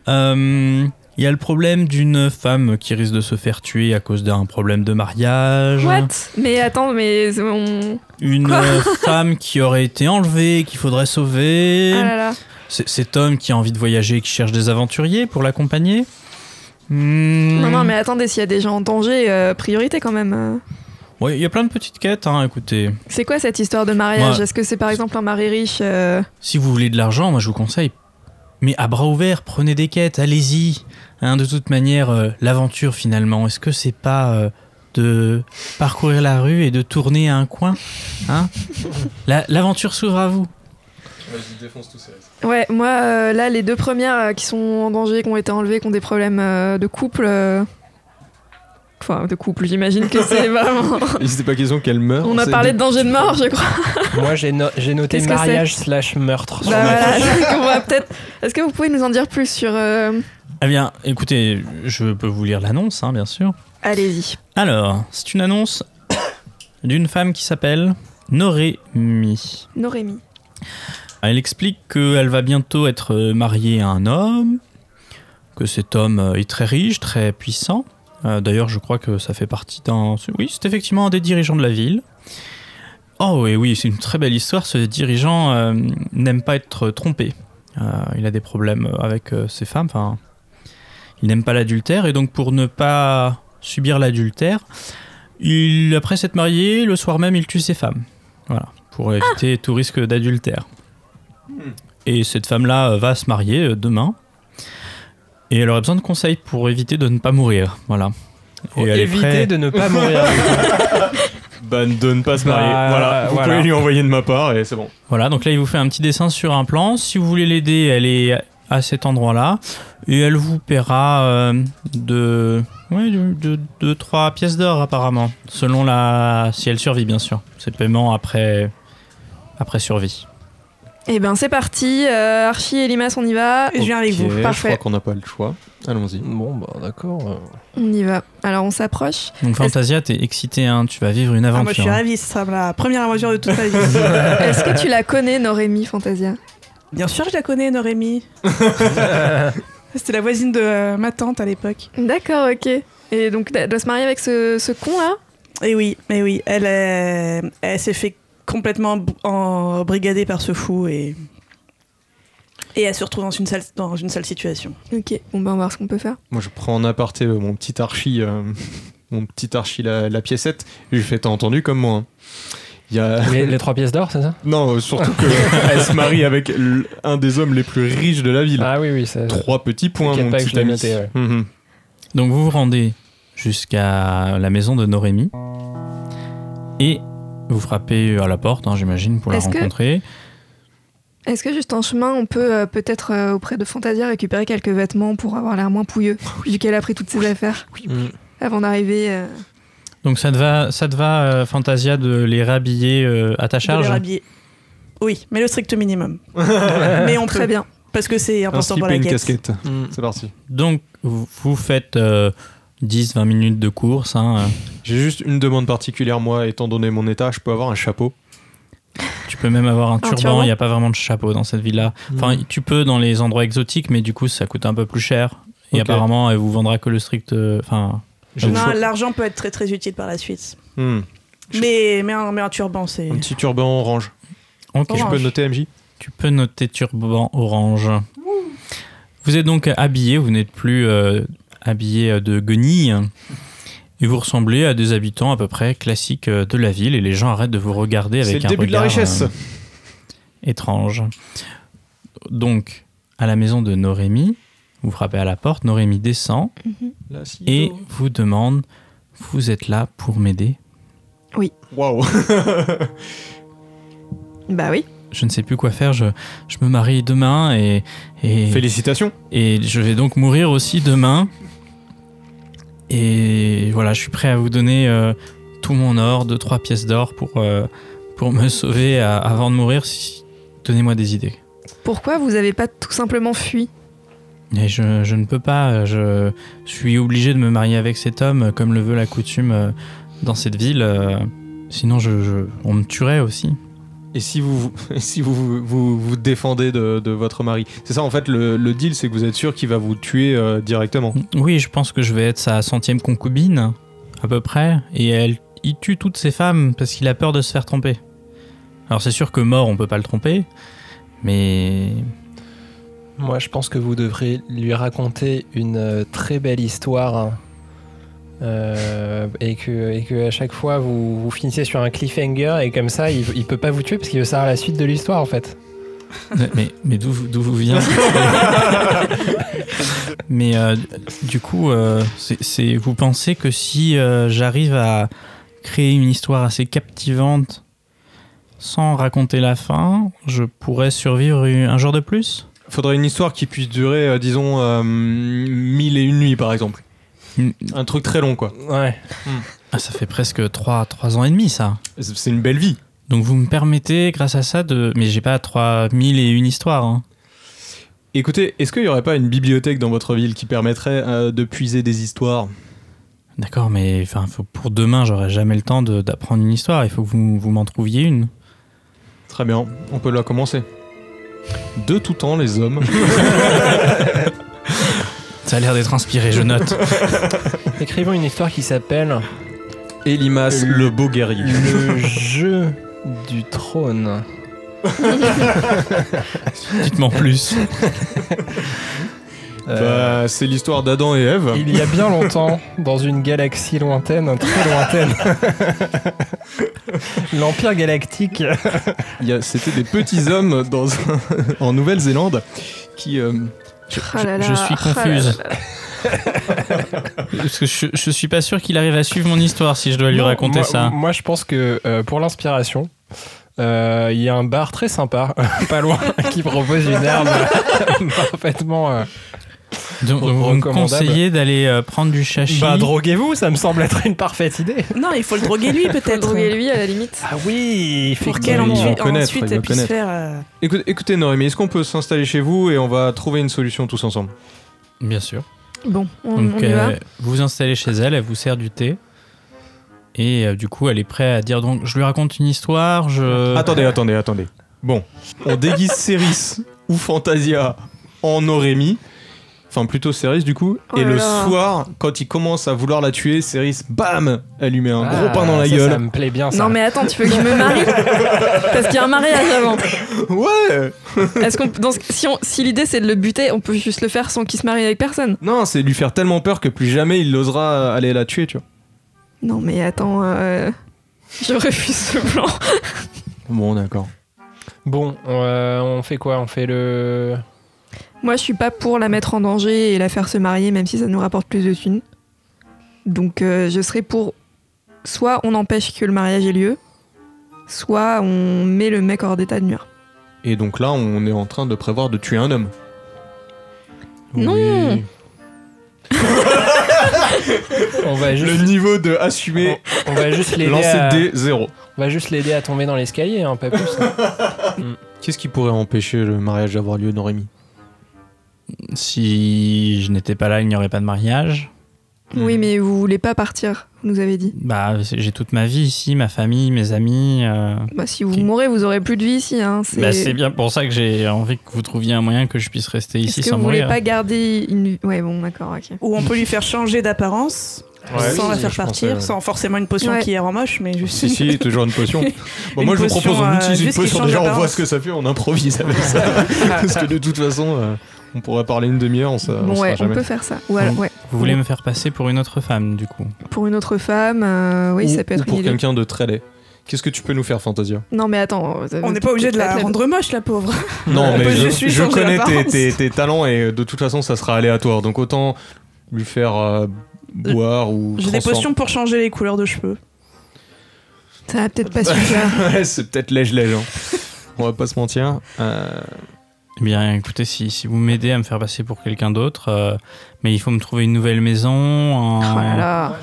Speaker 4: Euh, Il y a le problème d'une femme qui risque de se faire tuer à cause d'un problème de mariage.
Speaker 5: What Mais attends, mais on.
Speaker 4: Une
Speaker 5: Quoi
Speaker 4: euh, femme qui aurait été enlevée, et qu'il faudrait
Speaker 5: Ah
Speaker 4: sauver.
Speaker 5: là là.
Speaker 4: C- Cet homme qui a envie de voyager, et qui cherche des aventuriers pour l'accompagner. Hmm.
Speaker 5: Non, non, mais attendez, s'il y a des gens en danger, euh, priorité quand même. euh.
Speaker 4: Ouais, Il y a plein de petites quêtes, hein, écoutez.
Speaker 5: C'est quoi cette histoire de mariage
Speaker 4: Ouais.
Speaker 5: Est-ce que c'est par exemple un mari riche euh,
Speaker 4: Si vous voulez de l'argent, moi je vous conseille. Mais à bras ouverts, prenez des quêtes, allez-y. Hein, de toute manière, euh, l'aventure finalement, est-ce que c'est pas euh, de parcourir la rue et de tourner à un coin hein La- L'aventure s'ouvre à vous.
Speaker 5: Ouais, moi, euh, là, les deux premières euh, qui sont en danger, qui ont été enlevées, qui ont des problèmes euh, de couple, euh, fois de couple. J'imagine que c'est vraiment.
Speaker 3: Il n'était pas question qu'elle meure.
Speaker 5: On a
Speaker 3: c'est
Speaker 5: parlé
Speaker 3: des-
Speaker 5: de danger de mort, je crois.
Speaker 8: Moi, j'ai no- j'ai noté
Speaker 5: Qu'est-ce que
Speaker 8: mariage slash meurtre. sur
Speaker 5: Bah
Speaker 8: ma
Speaker 5: voilà,
Speaker 8: fiche.
Speaker 5: donc on va peut-être. Est-ce que vous pouvez nous en dire plus sur. euh,
Speaker 4: Eh bien, écoutez, je peux vous lire l'annonce, hein, bien sûr.
Speaker 5: Allez-y.
Speaker 4: Alors, c'est une annonce d'une femme qui s'appelle Norémi.
Speaker 5: Norémi.
Speaker 4: Elle explique qu'elle va bientôt être euh, mariée à un homme, que cet homme euh, est très riche, très puissant. Euh, D'ailleurs, je crois que ça fait partie d'un... Oui, c'est effectivement un des dirigeants de la ville. Oh oui, oui, c'est une très belle histoire. Ce dirigeant euh, n'aime pas être trompé. Euh, il a des problèmes avec euh, ses femmes. Enfin, il n'aime pas l'adultère. Et donc, pour ne pas subir l'adultère, il, après s'être marié, le soir même, il tue ses femmes. Voilà, pour
Speaker 8: Ah.
Speaker 4: éviter tout risque d'adultère.
Speaker 8: Hmm.
Speaker 4: Et cette femme-là euh, va se marier euh, demain. Et elle aurait besoin de conseils pour éviter de ne pas mourir. Voilà.
Speaker 8: Pour éviter de ne pas mourir.
Speaker 3: Bah, ne donne pas se
Speaker 8: Bah,
Speaker 3: marier. voilà, vous
Speaker 8: voilà.
Speaker 3: pouvez lui envoyer de ma part et c'est bon.
Speaker 4: Voilà, donc là, il vous fait un petit dessin sur un plan. Si vous voulez l'aider, elle est à cet endroit-là. Et elle vous paiera euh, de. Ouais, de, de- de trois pièces d'or, apparemment. Selon la. Si elle survit, bien sûr. C'est le paiement après. Après survie.
Speaker 5: Eh ben c'est parti. euh, Archie et Limas, on y va.
Speaker 6: Je viens avec
Speaker 3: Ok,
Speaker 6: vous.
Speaker 5: Parfait.
Speaker 3: Je crois qu'on n'a pas le choix. Allons-y.
Speaker 7: Bon, bah d'accord.
Speaker 5: On y va. Alors on s'approche.
Speaker 4: Donc, Fantasia, t'es excité, hein. Tu vas vivre une
Speaker 6: Ah,
Speaker 4: aventure.
Speaker 6: moi, je suis
Speaker 4: hein.
Speaker 6: ravie, c'est ça, la première aventure de toute ma vie.
Speaker 5: Est-ce que tu la connais, Norémi Fantasia
Speaker 6: Bien sûr, je la connais, Norémi. C'était la voisine de euh, ma tante à l'époque.
Speaker 5: D'accord, ok. Et donc elle doit se marier avec ce, ce con là
Speaker 6: Et Eh oui, mais oui, elle, est- elle s'est fait complètement b- en- brigader par ce fou et. Et elle se retrouve dans une sale, dans une sale situation.
Speaker 5: Ok. Bon ben on va voir ce qu'on peut faire.
Speaker 3: Moi, je prends en aparté euh, mon petit archi, euh, mon petit archi la, la piécette. Et je lui fais T'as entendu comme moi hein. Il y a...
Speaker 8: les, les trois pièces d'or, c'est ça
Speaker 3: Non, euh, surtout qu'elle se marie avec l- un des hommes les plus riches de la ville.
Speaker 7: Ah oui, oui, ça.
Speaker 3: Trois petits points,
Speaker 7: T'inquiète
Speaker 3: mon
Speaker 7: pas que je
Speaker 3: petit
Speaker 7: l'ai
Speaker 3: ami.
Speaker 7: noté, ouais.
Speaker 3: Mhm.
Speaker 4: Donc vous vous rendez jusqu'à la maison de Norémi et vous frappez à la porte, hein, j'imagine, pour la
Speaker 5: Est-ce que-
Speaker 4: rencontrer.
Speaker 5: Est-ce que juste en chemin on peut euh, peut-être euh, auprès de Fantasia récupérer quelques vêtements pour avoir l'air moins pouilleux vu qu'elle a pris toutes ses affaires
Speaker 3: oui.
Speaker 5: avant d'arriver. euh,
Speaker 4: Donc ça te va, ça te va euh, Fantasia, de les rhabiller euh, à ta
Speaker 6: De les
Speaker 4: charge
Speaker 6: rhabiller. Oui, mais le strict minimum. mais on
Speaker 5: Très
Speaker 6: peut,
Speaker 5: bien.
Speaker 6: parce que c'est
Speaker 3: Un
Speaker 6: important
Speaker 3: slip
Speaker 6: pour
Speaker 3: et
Speaker 6: la
Speaker 3: une
Speaker 6: quête.
Speaker 3: casquette.
Speaker 7: Mm.
Speaker 3: C'est parti.
Speaker 4: Donc vous, vous faites 10-20 minutes de course. hein, euh.
Speaker 3: J'ai juste une demande particulière, moi, étant donné mon état, je peux avoir un chapeau.
Speaker 4: Tu peux même avoir un
Speaker 5: turban.
Speaker 4: turban, il n'y a pas vraiment de chapeau dans cette ville-là. Enfin, tu peux dans les endroits exotiques, mais du coup ça coûte un peu plus cher. Et
Speaker 3: Ok.
Speaker 4: apparemment, elle vous vendra que le strict... euh, Enfin,
Speaker 3: J'ai le
Speaker 6: Non,
Speaker 3: choix.
Speaker 6: l'argent peut être très très utile par la suite.
Speaker 3: Hmm. Je-
Speaker 6: Mais, mais, un, mais un turban, c'est.
Speaker 3: Un petit turban orange.
Speaker 4: ok.
Speaker 3: Je peux
Speaker 6: Orange.
Speaker 3: noter, MJ
Speaker 4: Tu peux noter turban orange. Vous êtes donc habillé, vous n'êtes plus euh, habillé de guenilles. Et vous ressemblez à des habitants à peu près classiques euh, de la ville et les gens arrêtent de vous regarder
Speaker 3: C'est
Speaker 4: avec
Speaker 3: le
Speaker 4: un
Speaker 3: début de la
Speaker 4: regard,
Speaker 3: richesse.
Speaker 4: euh, étrange. Donc, à la maison de Norémi, vous frappez à la porte, Norémi descend et vous demande Vous êtes là pour m'aider
Speaker 3: Waouh.
Speaker 5: Bah oui.
Speaker 4: Je ne sais plus quoi faire, je, je me marie demain et. et
Speaker 3: Félicitations.
Speaker 4: Et je vais donc mourir aussi demain. Et voilà, je suis prêt à vous donner euh, tout mon or, deux, trois pièces d'or pour, euh, pour me sauver à- avant de mourir. Si- Donnez-moi des idées.
Speaker 5: Pourquoi vous avez pas tout simplement fui
Speaker 4: Et je, je ne peux pas, euh, je, je suis obligé de me marier avec cet homme euh, comme le veut la coutume euh, dans cette ville. euh, sinon, je, je- on me tuerait aussi.
Speaker 3: Et si vous et si vous vous, vous- vous défendez de, de votre mari, c'est ça en fait le, le deal, c'est que vous êtes sûr qu'il va vous tuer euh, directement.
Speaker 4: Oui, je pense que je vais être sa centième concubine, à peu près, et elle, il tue toutes ses femmes parce qu'il a peur de se faire tromper. Alors c'est sûr que mort, on peut pas le tromper, mais
Speaker 7: Moi, je pense que vous devrez lui raconter une euh, très belle histoire. hein. Euh, et, que, et que à chaque fois vous, vous finissez sur un cliffhanger et comme ça il, il peut pas vous tuer parce qu'il veut savoir la suite de l'histoire en fait.
Speaker 4: mais, mais d'où d'où vous vient cette idée Mais euh, du coup, euh, c'est- c'est- vous pensez que si euh, j'arrive à créer une histoire assez captivante sans raconter la fin, je pourrais survivre une- un jour de plus
Speaker 3: Faudrait une histoire qui puisse durer, euh, disons, euh, mille et une nuits par exemple. Un truc très long, quoi.
Speaker 7: Ouais.
Speaker 4: Ah, ça fait presque 3, trois ans et demi, ça.
Speaker 3: C'est c'est une belle vie.
Speaker 4: Donc vous me permettez, grâce à ça, de... Mais j'ai pas 3000 et une histoires. hein.
Speaker 3: Écoutez, est-ce qu'il n'y aurait pas une bibliothèque dans votre ville qui permettrait euh, de puiser des histoires
Speaker 4: D'accord, mais enfin, faut- pour demain, j'aurai jamais le temps de- d'apprendre une histoire. Il faut que vous, vous m'en trouviez une.
Speaker 3: Très bien, on peut la commencer. De tout temps, les hommes.
Speaker 4: Ça a l'air d'être inspiré, je note.
Speaker 7: Écrivons une histoire qui s'appelle
Speaker 3: Et Limas, Ah, le beau guerrier.
Speaker 7: Le jeu du trône.
Speaker 4: Dites-moi en plus.
Speaker 7: Euh,
Speaker 3: Bah, c'est l'histoire d'Adam et Ève.
Speaker 7: Il y a bien longtemps, dans une galaxie lointaine, très lointaine, l'Empire galactique.
Speaker 3: Il y a- C'était des petits hommes dans un- en Nouvelle-Zélande qui. euh,
Speaker 5: Ah là
Speaker 4: je
Speaker 5: là,
Speaker 4: suis
Speaker 5: ah là
Speaker 4: confuse.
Speaker 5: là là.
Speaker 4: Parce que je, je suis pas sûr qu'il arrive à suivre mon histoire si je dois lui
Speaker 7: Non,
Speaker 4: raconter
Speaker 7: moi,
Speaker 4: ça.
Speaker 7: Moi, je pense que euh, pour l'inspiration, euh, il y a un bar très sympa, pas loin, qui propose une arme parfaitement. euh,
Speaker 4: Donc, vous me
Speaker 7: recommandable.
Speaker 4: conseillez d'aller euh, prendre du chachi.
Speaker 7: Bah, droguez-vous, ça me semble être une parfaite idée.
Speaker 6: Non, il faut le droguer lui
Speaker 5: Faut le
Speaker 6: peut-être.
Speaker 5: droguer lui à la limite.
Speaker 7: Ah oui,
Speaker 6: Pour qu'elle
Speaker 3: Il va
Speaker 6: ensuite,
Speaker 3: connaître,
Speaker 6: ensuite
Speaker 3: il va
Speaker 6: elle puisse
Speaker 3: connaître.
Speaker 6: faire. euh,
Speaker 3: Écoute- écoutez, Noémie, est-ce qu'on peut s'installer chez vous et on va trouver une solution tous ensemble
Speaker 4: Bien sûr.
Speaker 5: Bon, on,
Speaker 4: Donc
Speaker 5: on y
Speaker 4: euh,
Speaker 5: va.
Speaker 4: vous vous installez chez elle, elle vous sert du thé. Et euh, du coup, elle est prête à dire donc je lui raconte une histoire,
Speaker 7: Euh,
Speaker 4: je
Speaker 3: Attendez, attendez, attendez. Bon, on déguise Céris ou Fantasia en Norémi. Enfin, plutôt Céris du coup.
Speaker 5: Oh
Speaker 3: et
Speaker 5: là
Speaker 3: le
Speaker 5: là.
Speaker 3: soir, quand il commence à vouloir la tuer, Céris, bam Elle lui met un gros pain dans la
Speaker 7: Ah, ça,
Speaker 3: gueule.
Speaker 7: Ça me plaît bien ça.
Speaker 5: Non mais attends, tu veux que je me marie Parce qu'il y a un mariage avant.
Speaker 3: Ouais
Speaker 5: Est-ce qu'on, dans ce- si, on- si l'idée c'est de le buter, on peut juste le faire sans qu'il se marie avec personne.
Speaker 3: Non, c'est lui faire tellement peur que plus jamais il osera aller la tuer, tu vois.
Speaker 5: Non mais attends, euh, je refuse ce plan.
Speaker 3: Bon, d'accord.
Speaker 7: Bon, euh, on fait quoi On fait le.
Speaker 5: Moi je suis pas pour la mettre en danger et la faire se marier, même si ça nous rapporte plus de thunes. Donc euh, je serais pour soit on empêche que le mariage ait lieu, soit on met le mec hors d'état de nuire.
Speaker 3: Et donc là, on est en train de prévoir de tuer un homme.
Speaker 5: Non.
Speaker 7: On va
Speaker 3: Le
Speaker 7: juste.
Speaker 3: niveau de assumer
Speaker 7: On va juste l'aider.
Speaker 3: lancer
Speaker 7: à-
Speaker 3: des zéro.
Speaker 7: On va juste l'aider à tomber dans l'escalier, hein, pas plus. hein.
Speaker 3: Qu'est-ce qui pourrait empêcher le mariage d'avoir lieu, Norémi
Speaker 4: si je n'étais pas là, il n'y aurait pas de mariage.
Speaker 5: Oui mais vous voulez pas partir, vous nous avez dit.
Speaker 4: Bah c'est- j'ai toute ma vie ici, ma famille, mes amis. euh.
Speaker 5: Bah, si vous
Speaker 4: Ok.
Speaker 5: mourrez, vous aurez plus de vie ici. Hein. C'est...
Speaker 4: Bah, c'est bien pour ça que j'ai envie que vous trouviez un moyen que je puisse rester
Speaker 5: Est-ce
Speaker 4: ici
Speaker 5: que
Speaker 4: sans
Speaker 5: vous voulez
Speaker 4: mourir.
Speaker 5: pas garder une. Ouais, bon, d'accord, ok.
Speaker 6: Ou on peut lui faire changer d'apparence sans la faire partir, sans forcément une potion
Speaker 5: Ouais.
Speaker 6: qui est en moche, mais juste.
Speaker 3: Si, si, toujours une potion. Bon,
Speaker 6: Une
Speaker 3: moi, je vous
Speaker 6: potion,
Speaker 3: propose, on
Speaker 6: euh,
Speaker 3: utilise une
Speaker 6: juste qui
Speaker 3: potion
Speaker 6: change
Speaker 3: déjà, on voit
Speaker 6: d'apparence.
Speaker 3: ce que ça fait, on improvise avec ça. Parce que de toute façon, euh, on pourrait parler une demi-heure, on sa- on
Speaker 5: bon,
Speaker 3: saura
Speaker 5: ouais, on
Speaker 3: jamais.
Speaker 5: peut faire ça. Ou alors, ouais,
Speaker 4: Vous voulez me faire passer pour une autre femme du coup
Speaker 5: pour une autre femme, euh, oui,
Speaker 3: ou,
Speaker 5: ça peut
Speaker 3: ou
Speaker 5: être une
Speaker 3: pour
Speaker 5: idée.
Speaker 3: quelqu'un de très laid. Qu'est-ce que tu peux nous faire, Fantasia
Speaker 5: Non, mais attends. euh, ça
Speaker 6: On
Speaker 5: veut
Speaker 6: n'est pas obligé de la
Speaker 5: peut-être
Speaker 6: rendre moche, la pauvre.
Speaker 3: Non,
Speaker 6: On peut
Speaker 3: mais je,
Speaker 6: juste lui
Speaker 3: je
Speaker 6: changer
Speaker 3: connais tes,
Speaker 6: d'apparence.
Speaker 3: tes- tes talents et euh, de toute façon, ça sera aléatoire. Donc autant lui faire euh, boire ou.
Speaker 6: J'ai des
Speaker 3: transformer-
Speaker 6: potions pour changer les couleurs de cheveux.
Speaker 5: Ça va peut-être pas suffire.
Speaker 3: Ouais, c'est peut-être lège-lège. hein. On va pas se mentir. Euh,
Speaker 4: Eh bien écoutez, si, si vous m'aidez à me faire passer pour quelqu'un d'autre, euh, mais il faut me trouver une nouvelle maison,
Speaker 5: Oh là
Speaker 4: un-
Speaker 5: là.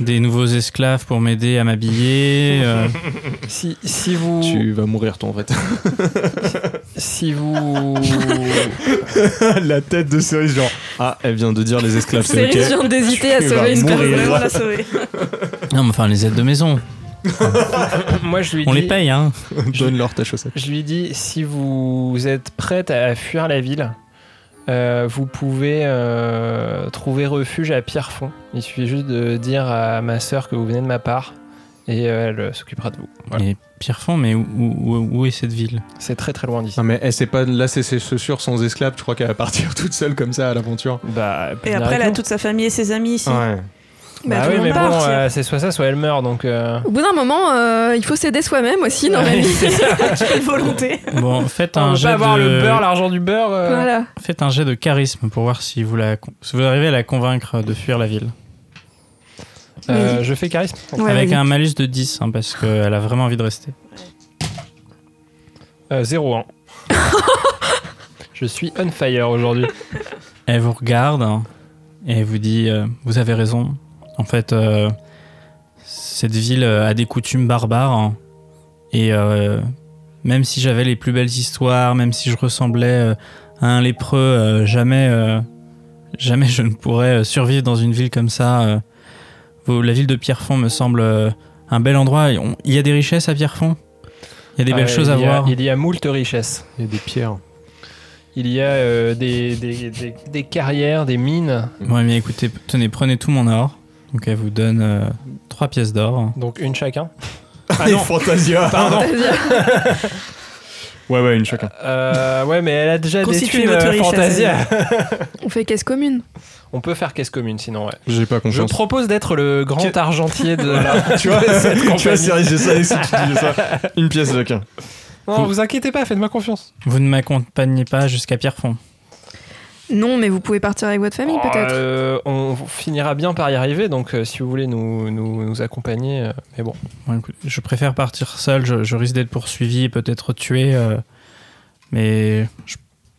Speaker 4: des nouveaux esclaves pour m'aider à m'habiller. euh.
Speaker 7: Si, si vous.
Speaker 3: Tu vas mourir, toi, en fait.
Speaker 7: Si vous.
Speaker 3: La tête de Cerise, genre. Ah, elle vient de dire les esclaves, c'est
Speaker 5: C'est je
Speaker 3: ok.
Speaker 5: viens de d'hésiter à
Speaker 3: Tu
Speaker 5: sauver
Speaker 3: vas
Speaker 5: une
Speaker 3: mourir.
Speaker 5: personne.
Speaker 6: Vraiment la sauver.
Speaker 4: Non, mais enfin les aides de maison,
Speaker 7: Moi, je lui
Speaker 4: on
Speaker 7: dis.
Speaker 4: les paye, hein.
Speaker 3: Donne-leur ta chaussette.
Speaker 7: Je lui dis si vous êtes prête à fuir la ville, euh, vous pouvez euh, trouver refuge à Pierrefonds. Il suffit juste de dire à ma sœur que vous venez de ma part et euh, elle euh, s'occupera de vous. Voilà.
Speaker 4: Mais Pierrefonds, mais où, où- où est cette ville
Speaker 7: C'est très très loin
Speaker 4: Ah.
Speaker 7: d'ici.
Speaker 3: Non mais elle c'est pas là c'est c'est sûr sans esclave, je crois qu'elle va partir toute seule comme ça à l'aventure.
Speaker 7: Bah, elle peut
Speaker 6: Et
Speaker 7: venir
Speaker 6: après, elle
Speaker 7: avec
Speaker 6: a
Speaker 7: nous.
Speaker 6: toute sa famille et ses amis ici.
Speaker 3: Ouais.
Speaker 5: Bah,
Speaker 7: Bah
Speaker 5: tout
Speaker 7: oui,
Speaker 5: le
Speaker 7: mais
Speaker 5: monde
Speaker 7: bon,
Speaker 5: part.
Speaker 7: euh, c'est soit ça, soit elle meurt donc. euh,
Speaker 5: Au bout d'un moment, euh, il faut s'aider soi-même aussi, non, mais-
Speaker 6: Quelle volonté.
Speaker 4: Bon, faites
Speaker 7: On
Speaker 4: un
Speaker 7: veut
Speaker 4: jet
Speaker 7: pas avoir
Speaker 4: de...
Speaker 7: le beurre, l'argent du beurre. euh.
Speaker 5: Voilà.
Speaker 4: Faites un jet de charisme pour voir si vous, la... con- si vous arrivez à la convaincre de fuir la ville.
Speaker 7: Euh,
Speaker 5: Vas-y.
Speaker 7: je fais charisme.
Speaker 5: Ouais,
Speaker 4: Avec
Speaker 5: vas-y.
Speaker 4: un malus de 10, hein, parce qu'elle a vraiment envie de rester.
Speaker 7: Euh, 0-1. je suis on fire aujourd'hui.
Speaker 4: Elle vous regarde, hein, et vous dit euh, Vous avez raison. En fait, euh, cette ville euh, a des coutumes barbares. hein. et euh, même si j'avais les plus belles histoires, même si je ressemblais euh, à un lépreux, euh, jamais, euh, jamais je ne pourrais euh, survivre dans une ville comme ça. euh. Vous- la ville de Pierrefonds me semble euh, un bel endroit. Et on- Il y a des richesses à Pierrefonds. Il y a des belles
Speaker 7: Euh,
Speaker 4: choses à
Speaker 7: il y a-
Speaker 4: voir.
Speaker 7: Il y a moult richesses.
Speaker 3: Il y a des pierres.
Speaker 7: Il y a euh, des, des- des- des carrières, des mines.
Speaker 4: Ouais, mais écoutez, tenez, prenez tout mon or. Donc elle vous donne euh, trois pièces d'or.
Speaker 7: Donc une chacun.
Speaker 2: Ah non. Fantasia Ouais, ouais, une chacun.
Speaker 7: Euh, ouais, mais elle a déjà des
Speaker 6: Constituez
Speaker 7: thunes
Speaker 6: votre
Speaker 7: euh,
Speaker 6: richesse,
Speaker 7: Fantasia.
Speaker 5: On fait caisse commune.
Speaker 7: On peut faire caisse commune sinon, ouais.
Speaker 2: J'ai pas
Speaker 7: Je
Speaker 2: confiance.
Speaker 7: propose d'être le grand
Speaker 2: Que-
Speaker 7: argentier de
Speaker 2: tu vois,
Speaker 7: cette
Speaker 2: tu vois,
Speaker 7: compagnie.
Speaker 2: Cyril, j'ai ça, et si tu disais ça. Une pièce chacun.
Speaker 7: Non, vous inquiétez pas, faites-moi confiance.
Speaker 4: Vous ne m'accompagnez pas jusqu'à Pierrefonds.
Speaker 5: Non, mais vous pouvez partir avec votre famille,
Speaker 7: Oh,
Speaker 5: peut-être.
Speaker 7: euh, on finira bien par y arriver, donc euh, si vous voulez nous, nous, nous accompagner, euh, mais bon.
Speaker 4: Bon, écoute, je préfère partir seul, je, je risque d'être poursuivi et peut-être tué. euh, mais je,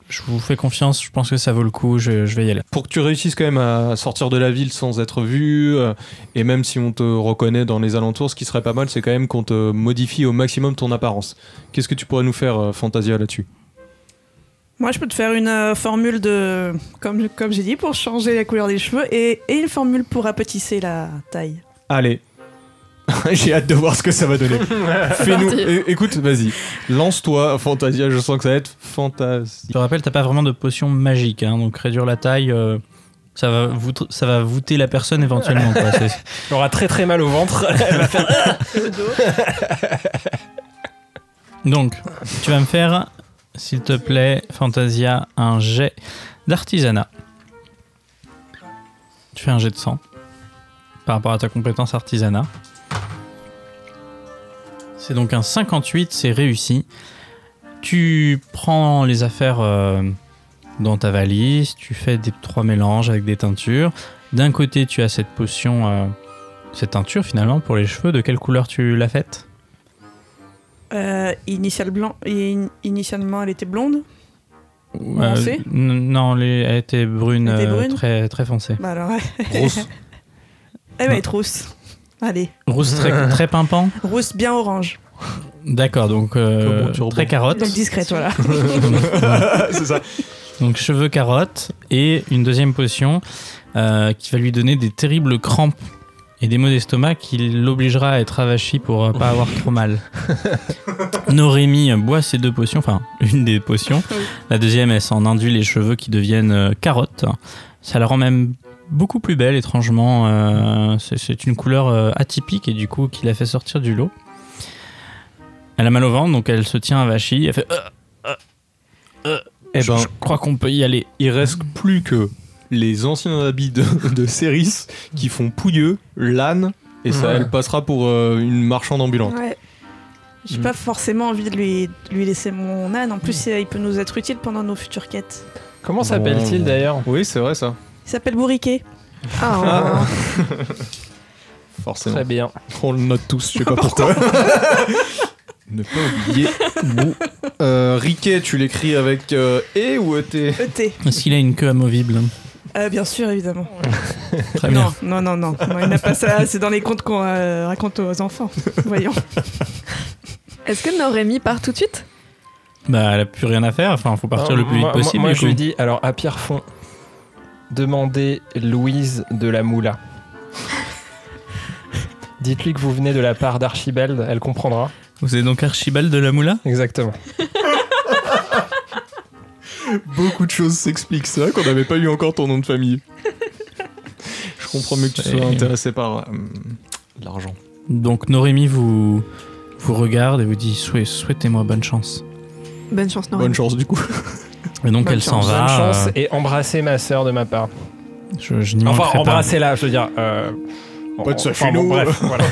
Speaker 4: je vous fais confiance, je pense que ça vaut le coup, je, je vais y aller.
Speaker 3: Pour que tu réussisses quand même à sortir de la ville sans être vu, euh, et même si on te reconnaît dans les alentours, ce qui serait pas mal, c'est quand même qu'on te modifie au maximum ton apparence. Qu'est-ce que tu pourrais nous faire, euh, Fantasia, là-dessus
Speaker 6: Moi, je peux te faire une euh, formule de, comme, comme j'ai dit, pour changer la couleur des cheveux et, et une formule pour apetisser la taille.
Speaker 3: Allez. j'ai hâte de voir ce que ça va donner. Fais-nous.
Speaker 5: parti.
Speaker 3: é- Écoute, vas-y. Lance-toi, Fantasia, je sens que ça va être fantastique.
Speaker 4: Je te rappelle, t'as pas vraiment de potion magique, hein, donc réduire la taille, euh, ça, va voûter, ça va voûter la personne éventuellement. quoi, c'est-
Speaker 7: Elle aura très très mal au ventre. Elle va faire-
Speaker 4: donc, tu vas me faire, s'il te plaît, Fantasia, un jet d'artisanat. Tu fais un jet de sang par rapport à ta compétence artisanat. C'est donc un 58, c'est réussi. Tu prends les affaires euh, dans ta valise, tu fais des trois mélanges avec des teintures. D'un côté, tu as cette potion, euh, cette teinture finalement pour les cheveux. De quelle couleur tu l'as faite
Speaker 6: Euh, initial blanc, in- initialement, elle était blonde. Foncée
Speaker 4: Euh, n- Non, les- elle était brune,
Speaker 6: Elle était
Speaker 4: euh,
Speaker 6: brune
Speaker 4: très, très foncée.
Speaker 6: Bah alors, ben,
Speaker 2: Grosse.
Speaker 6: elle va être rousse. Allez,
Speaker 4: Rousse très, très pimpant.
Speaker 6: rousse bien orange.
Speaker 4: D'accord, donc euh,
Speaker 3: Comme au turban.
Speaker 4: très carotte.
Speaker 6: Ah, Donc discrète, voilà.
Speaker 3: c'est ça.
Speaker 4: Donc cheveux carottes et une deuxième potion euh, qui va lui donner des terribles crampes et des maux d'estomac qui l'obligera à être avachi pour euh, pas avoir trop mal. Norémi boit ces deux potions, enfin une des potions. La deuxième, elle s'en induit les cheveux qui deviennent euh, carottes. Ça la rend même beaucoup plus belle, étrangement. Euh, c'est- C'est une couleur euh, atypique et du coup qui la fait sortir du lot. Elle a mal au ventre, donc elle se tient avachie. Elle fait. Euh, euh, euh.
Speaker 3: Eh
Speaker 4: Je-
Speaker 3: ben,
Speaker 4: je crois qu'on peut y aller.
Speaker 3: Il reste plus que les anciens habits de, de Céris qui font pouilleux, l'âne, et ça,
Speaker 7: Ouais.
Speaker 3: elle passera pour euh, une marchande ambulante.
Speaker 5: Ouais.
Speaker 6: J'ai pas forcément envie de lui, de lui laisser mon âne. En plus, il peut nous être utile pendant nos futures quêtes.
Speaker 7: Comment s'appelle-t-il
Speaker 3: Bon.
Speaker 7: d'ailleurs
Speaker 3: Oui, c'est vrai, ça.
Speaker 6: Il s'appelle Bourriquet.
Speaker 5: Ah, on-
Speaker 3: Forcément.
Speaker 7: Très bien.
Speaker 3: On le note tous, je sais pas pourquoi. ne pas oublier. Bou. Euh, Riquet, tu l'écris avec euh, E ou E-T
Speaker 6: ET.
Speaker 4: Est-ce qu'il a une queue amovible
Speaker 6: Euh, bien sûr, évidemment.
Speaker 4: Très bien.
Speaker 6: Non, non, non, non, non, Il n'a pas ça. C'est dans les contes qu'on euh, raconte aux enfants. Voyons.
Speaker 5: Est-ce que Norémi part tout de suite
Speaker 4: Bah, elle a plus rien à faire. Enfin, faut partir
Speaker 7: Non,
Speaker 4: le plus
Speaker 7: Ah, Hein, moi-
Speaker 4: vite possible.
Speaker 7: Moi, moi,
Speaker 4: du
Speaker 7: je lui
Speaker 4: coup.
Speaker 7: dis, alors à Pierrefonds, demandez Louise de la Moula. Dites-lui que vous venez de la part d'Archibald, elle comprendra.
Speaker 4: Vous êtes donc Archibald de la Moula
Speaker 7: Exactement.
Speaker 3: Beaucoup de choses s'expliquent, c'est vrai qu'on n'avait pas eu encore ton nom de famille. je comprends mieux que tu sois
Speaker 4: C'est-
Speaker 3: intéressé par euh, l'argent.
Speaker 4: Donc Norémi vous vous regarde et vous dit Souhait- souhaitez-moi bonne chance.
Speaker 5: Bonne chance,
Speaker 3: Bonne
Speaker 5: Norémi.
Speaker 3: chance du coup.
Speaker 4: Et donc
Speaker 5: Bonne
Speaker 4: elle s'en
Speaker 5: chance,
Speaker 4: va.
Speaker 7: Bonne chance
Speaker 4: euh,
Speaker 7: et embrassez ma sœur de ma part.
Speaker 4: je je n'y
Speaker 7: Enfin,
Speaker 4: manquerai pas.
Speaker 7: embrassez-la, je veux dire. euh,
Speaker 3: Pas de ça
Speaker 7: enfin,
Speaker 3: chez
Speaker 7: bon,
Speaker 3: nous.
Speaker 7: Bref, voilà.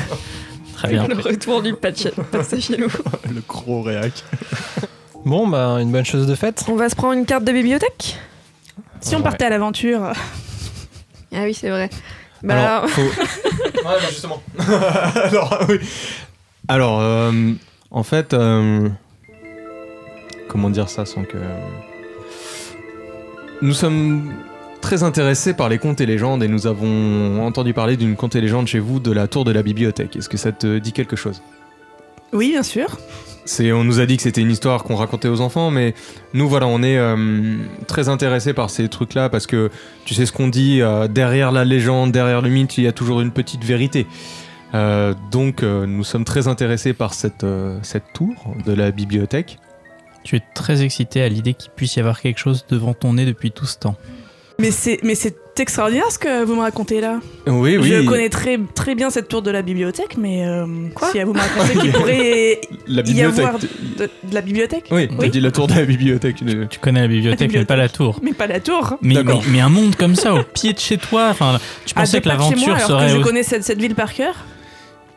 Speaker 4: Très bien.
Speaker 5: Le retour du patch, patch
Speaker 3: Le gros réac.
Speaker 7: Bon, bah, une bonne chose de faite.
Speaker 5: On va se prendre une carte de bibliothèque
Speaker 6: Si on partait à l'aventure,
Speaker 5: Ah oui, c'est vrai. Bah,
Speaker 3: Alors, faut- Ouais, bah, justement. Alors, oui. Alors, euh, en fait, euh, comment dire ça sans que. Nous euh, sommes très intéressés par les contes et légendes et nous avons entendu parler d'une conte et légende chez vous de la tour de la bibliothèque. Est-ce que ça te dit quelque chose
Speaker 6: Oui, bien sûr.
Speaker 3: C'est, on nous a dit que c'était une histoire qu'on racontait aux enfants, mais nous voilà, on est euh, très intéressés par ces trucs-là parce que tu sais ce qu'on dit euh, derrière la légende, derrière le mythe, il y a toujours une petite vérité. Euh, donc euh, nous sommes très intéressés par cette, euh, cette tour de la bibliothèque.
Speaker 4: Tu es très excité à l'idée qu'il puisse y avoir quelque chose devant ton nez depuis tout ce temps.
Speaker 6: Mais c'est mais c'est extraordinaire ce que vous me racontez là.
Speaker 3: Oui, oui.
Speaker 6: Je connais très très bien cette tour de la bibliothèque, mais euh, si vous me racontez qu'il pourrait
Speaker 3: la
Speaker 6: y
Speaker 3: bibliothèque.
Speaker 6: avoir de, de la bibliothèque,
Speaker 3: Oui, t'as
Speaker 6: Oui.
Speaker 3: dit la tour de la bibliothèque. euh,
Speaker 4: Tu connais la bibliothèque,
Speaker 6: La
Speaker 4: mais pas la tour.
Speaker 6: mais pas la tour.
Speaker 4: Mais,
Speaker 3: D'accord.
Speaker 4: mais- mais un monde comme ça, au pied de chez toi, enfin, tu
Speaker 6: À
Speaker 4: pensais
Speaker 6: deux
Speaker 4: que
Speaker 6: pas Ah, de chez moi,
Speaker 4: l'aventure
Speaker 6: alors
Speaker 4: serait...
Speaker 6: que je
Speaker 4: au-
Speaker 6: connais cette, cette ville par cœur.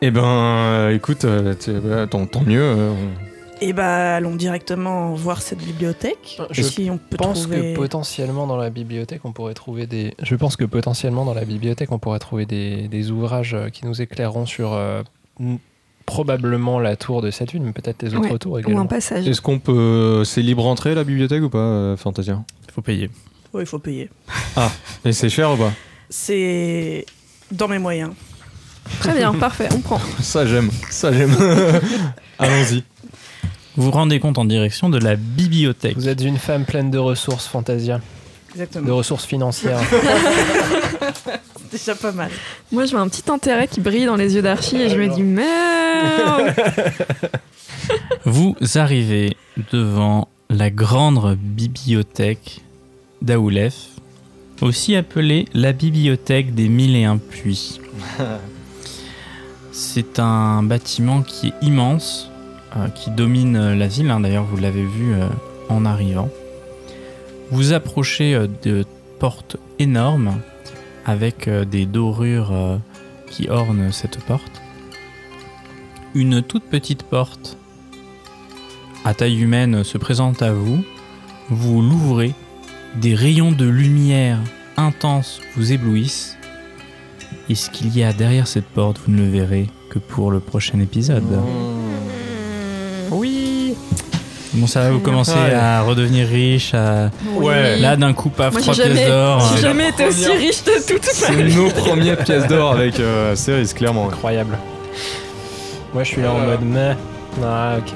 Speaker 3: Eh ben, euh, écoute, euh, t'es- bah, tant, tant mieux. euh, on-
Speaker 6: Et bah allons directement voir cette bibliothèque.
Speaker 7: Euh, Je
Speaker 6: si on peut
Speaker 7: Je pense
Speaker 6: trouver...
Speaker 7: que potentiellement dans la bibliothèque on pourrait trouver des. Je pense que potentiellement dans la bibliothèque on pourrait trouver des, des ouvrages euh, qui nous éclaireront sur euh, n- probablement la tour de Saturne, mais peut-être les autres
Speaker 5: Ouais.
Speaker 7: tours
Speaker 5: Ou
Speaker 7: également.
Speaker 5: un passage.
Speaker 3: Est-ce qu'on peut. euh, C'est libre entrée la bibliothèque ou pas, euh, Fantasia
Speaker 4: Faut payer.
Speaker 6: Ouais, il faut payer.
Speaker 3: Et c'est cher ou pas
Speaker 6: C'est dans mes moyens.
Speaker 5: Très bien, parfait, on prend.
Speaker 3: Ça j'aime, ça j'aime. Allons-y.
Speaker 4: Vous vous rendez compte en direction de la bibliothèque.
Speaker 7: Vous êtes une femme pleine de ressources, Fantasia, de
Speaker 6: Exactement.
Speaker 7: ressources financières.
Speaker 6: C'est déjà pas mal.
Speaker 5: Moi, je vois un petit intérêt qui brille dans les yeux d'Archie et je me dis merde.
Speaker 4: Vous arrivez devant la grande bibliothèque d'Aoulef, aussi appelée la bibliothèque des mille et un puits. C'est un bâtiment qui est immense, euh, qui domine euh, la ville. hein. D'ailleurs, vous l'avez vu euh, en arrivant. Vous approchez euh, de portes énormes avec euh, des dorures euh, qui ornent cette porte. Une toute petite porte à taille humaine se présente à vous, vous l'ouvrez, des rayons de lumière intense vous éblouissent, et ce qu'il y a derrière cette porte, vous ne le verrez que pour le prochain épisode.
Speaker 9: Oui.
Speaker 4: Bon, ça va, vous commencez
Speaker 3: Ouais.
Speaker 4: à redevenir riche, à...
Speaker 3: Ouais.
Speaker 4: là d'un coup, paf,
Speaker 5: Moi,
Speaker 4: trois
Speaker 5: j'ai
Speaker 4: pièces
Speaker 5: jamais-
Speaker 4: d'or.
Speaker 5: J'ai
Speaker 4: euh,
Speaker 5: jamais été aussi riche de toute ma
Speaker 3: C'est nos premières pièces d'or avec euh, Cerise, clairement. ouais.
Speaker 7: Incroyable. Moi je suis là en mode mais. Ah ok.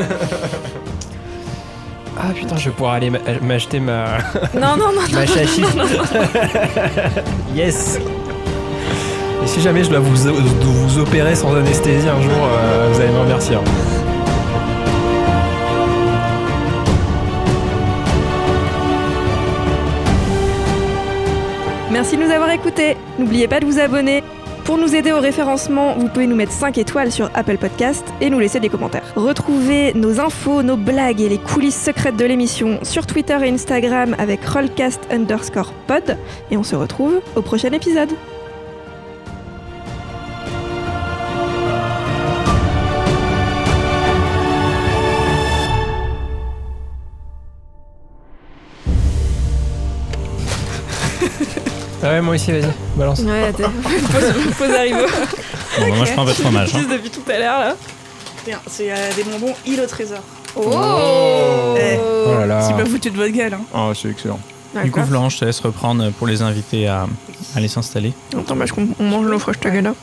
Speaker 7: Ah putain, je vais pouvoir aller m'a- m'acheter ma,
Speaker 5: Non, non, non, non.
Speaker 7: ma chachi. yes. Et si jamais je dois vous, vous opérer sans anesthésie un jour, euh, vous allez me remercier.
Speaker 5: Merci de nous avoir écoutés. N'oubliez pas de vous abonner. Pour nous aider au référencement, vous pouvez nous mettre 5 étoiles sur Apple Podcast et nous laisser des commentaires. Retrouvez nos infos, nos blagues et les coulisses secrètes de l'émission sur Twitter et Instagram avec Rollcast underscore pod. Et on se retrouve au prochain épisode.
Speaker 7: Ah ouais, moi aussi, vas-y, balance.
Speaker 5: Ouais, pause, arrivo.
Speaker 4: bon, Moi, je prends votre fromage. hein.
Speaker 5: depuis tout à l'heure là.
Speaker 6: Tiens, C'est euh, des bonbons île au trésor.
Speaker 5: Oh,
Speaker 6: Eh,
Speaker 7: Oh là
Speaker 6: C'est
Speaker 7: là.
Speaker 6: pas foutu de votre gueule. Hein.
Speaker 3: Ah, c'est excellent.
Speaker 4: Du coup, Blanche, je te laisse reprendre pour les inviter à à aller s'installer.
Speaker 5: Attends, bah, je, on mange l'eau fraîche, ta gueule là.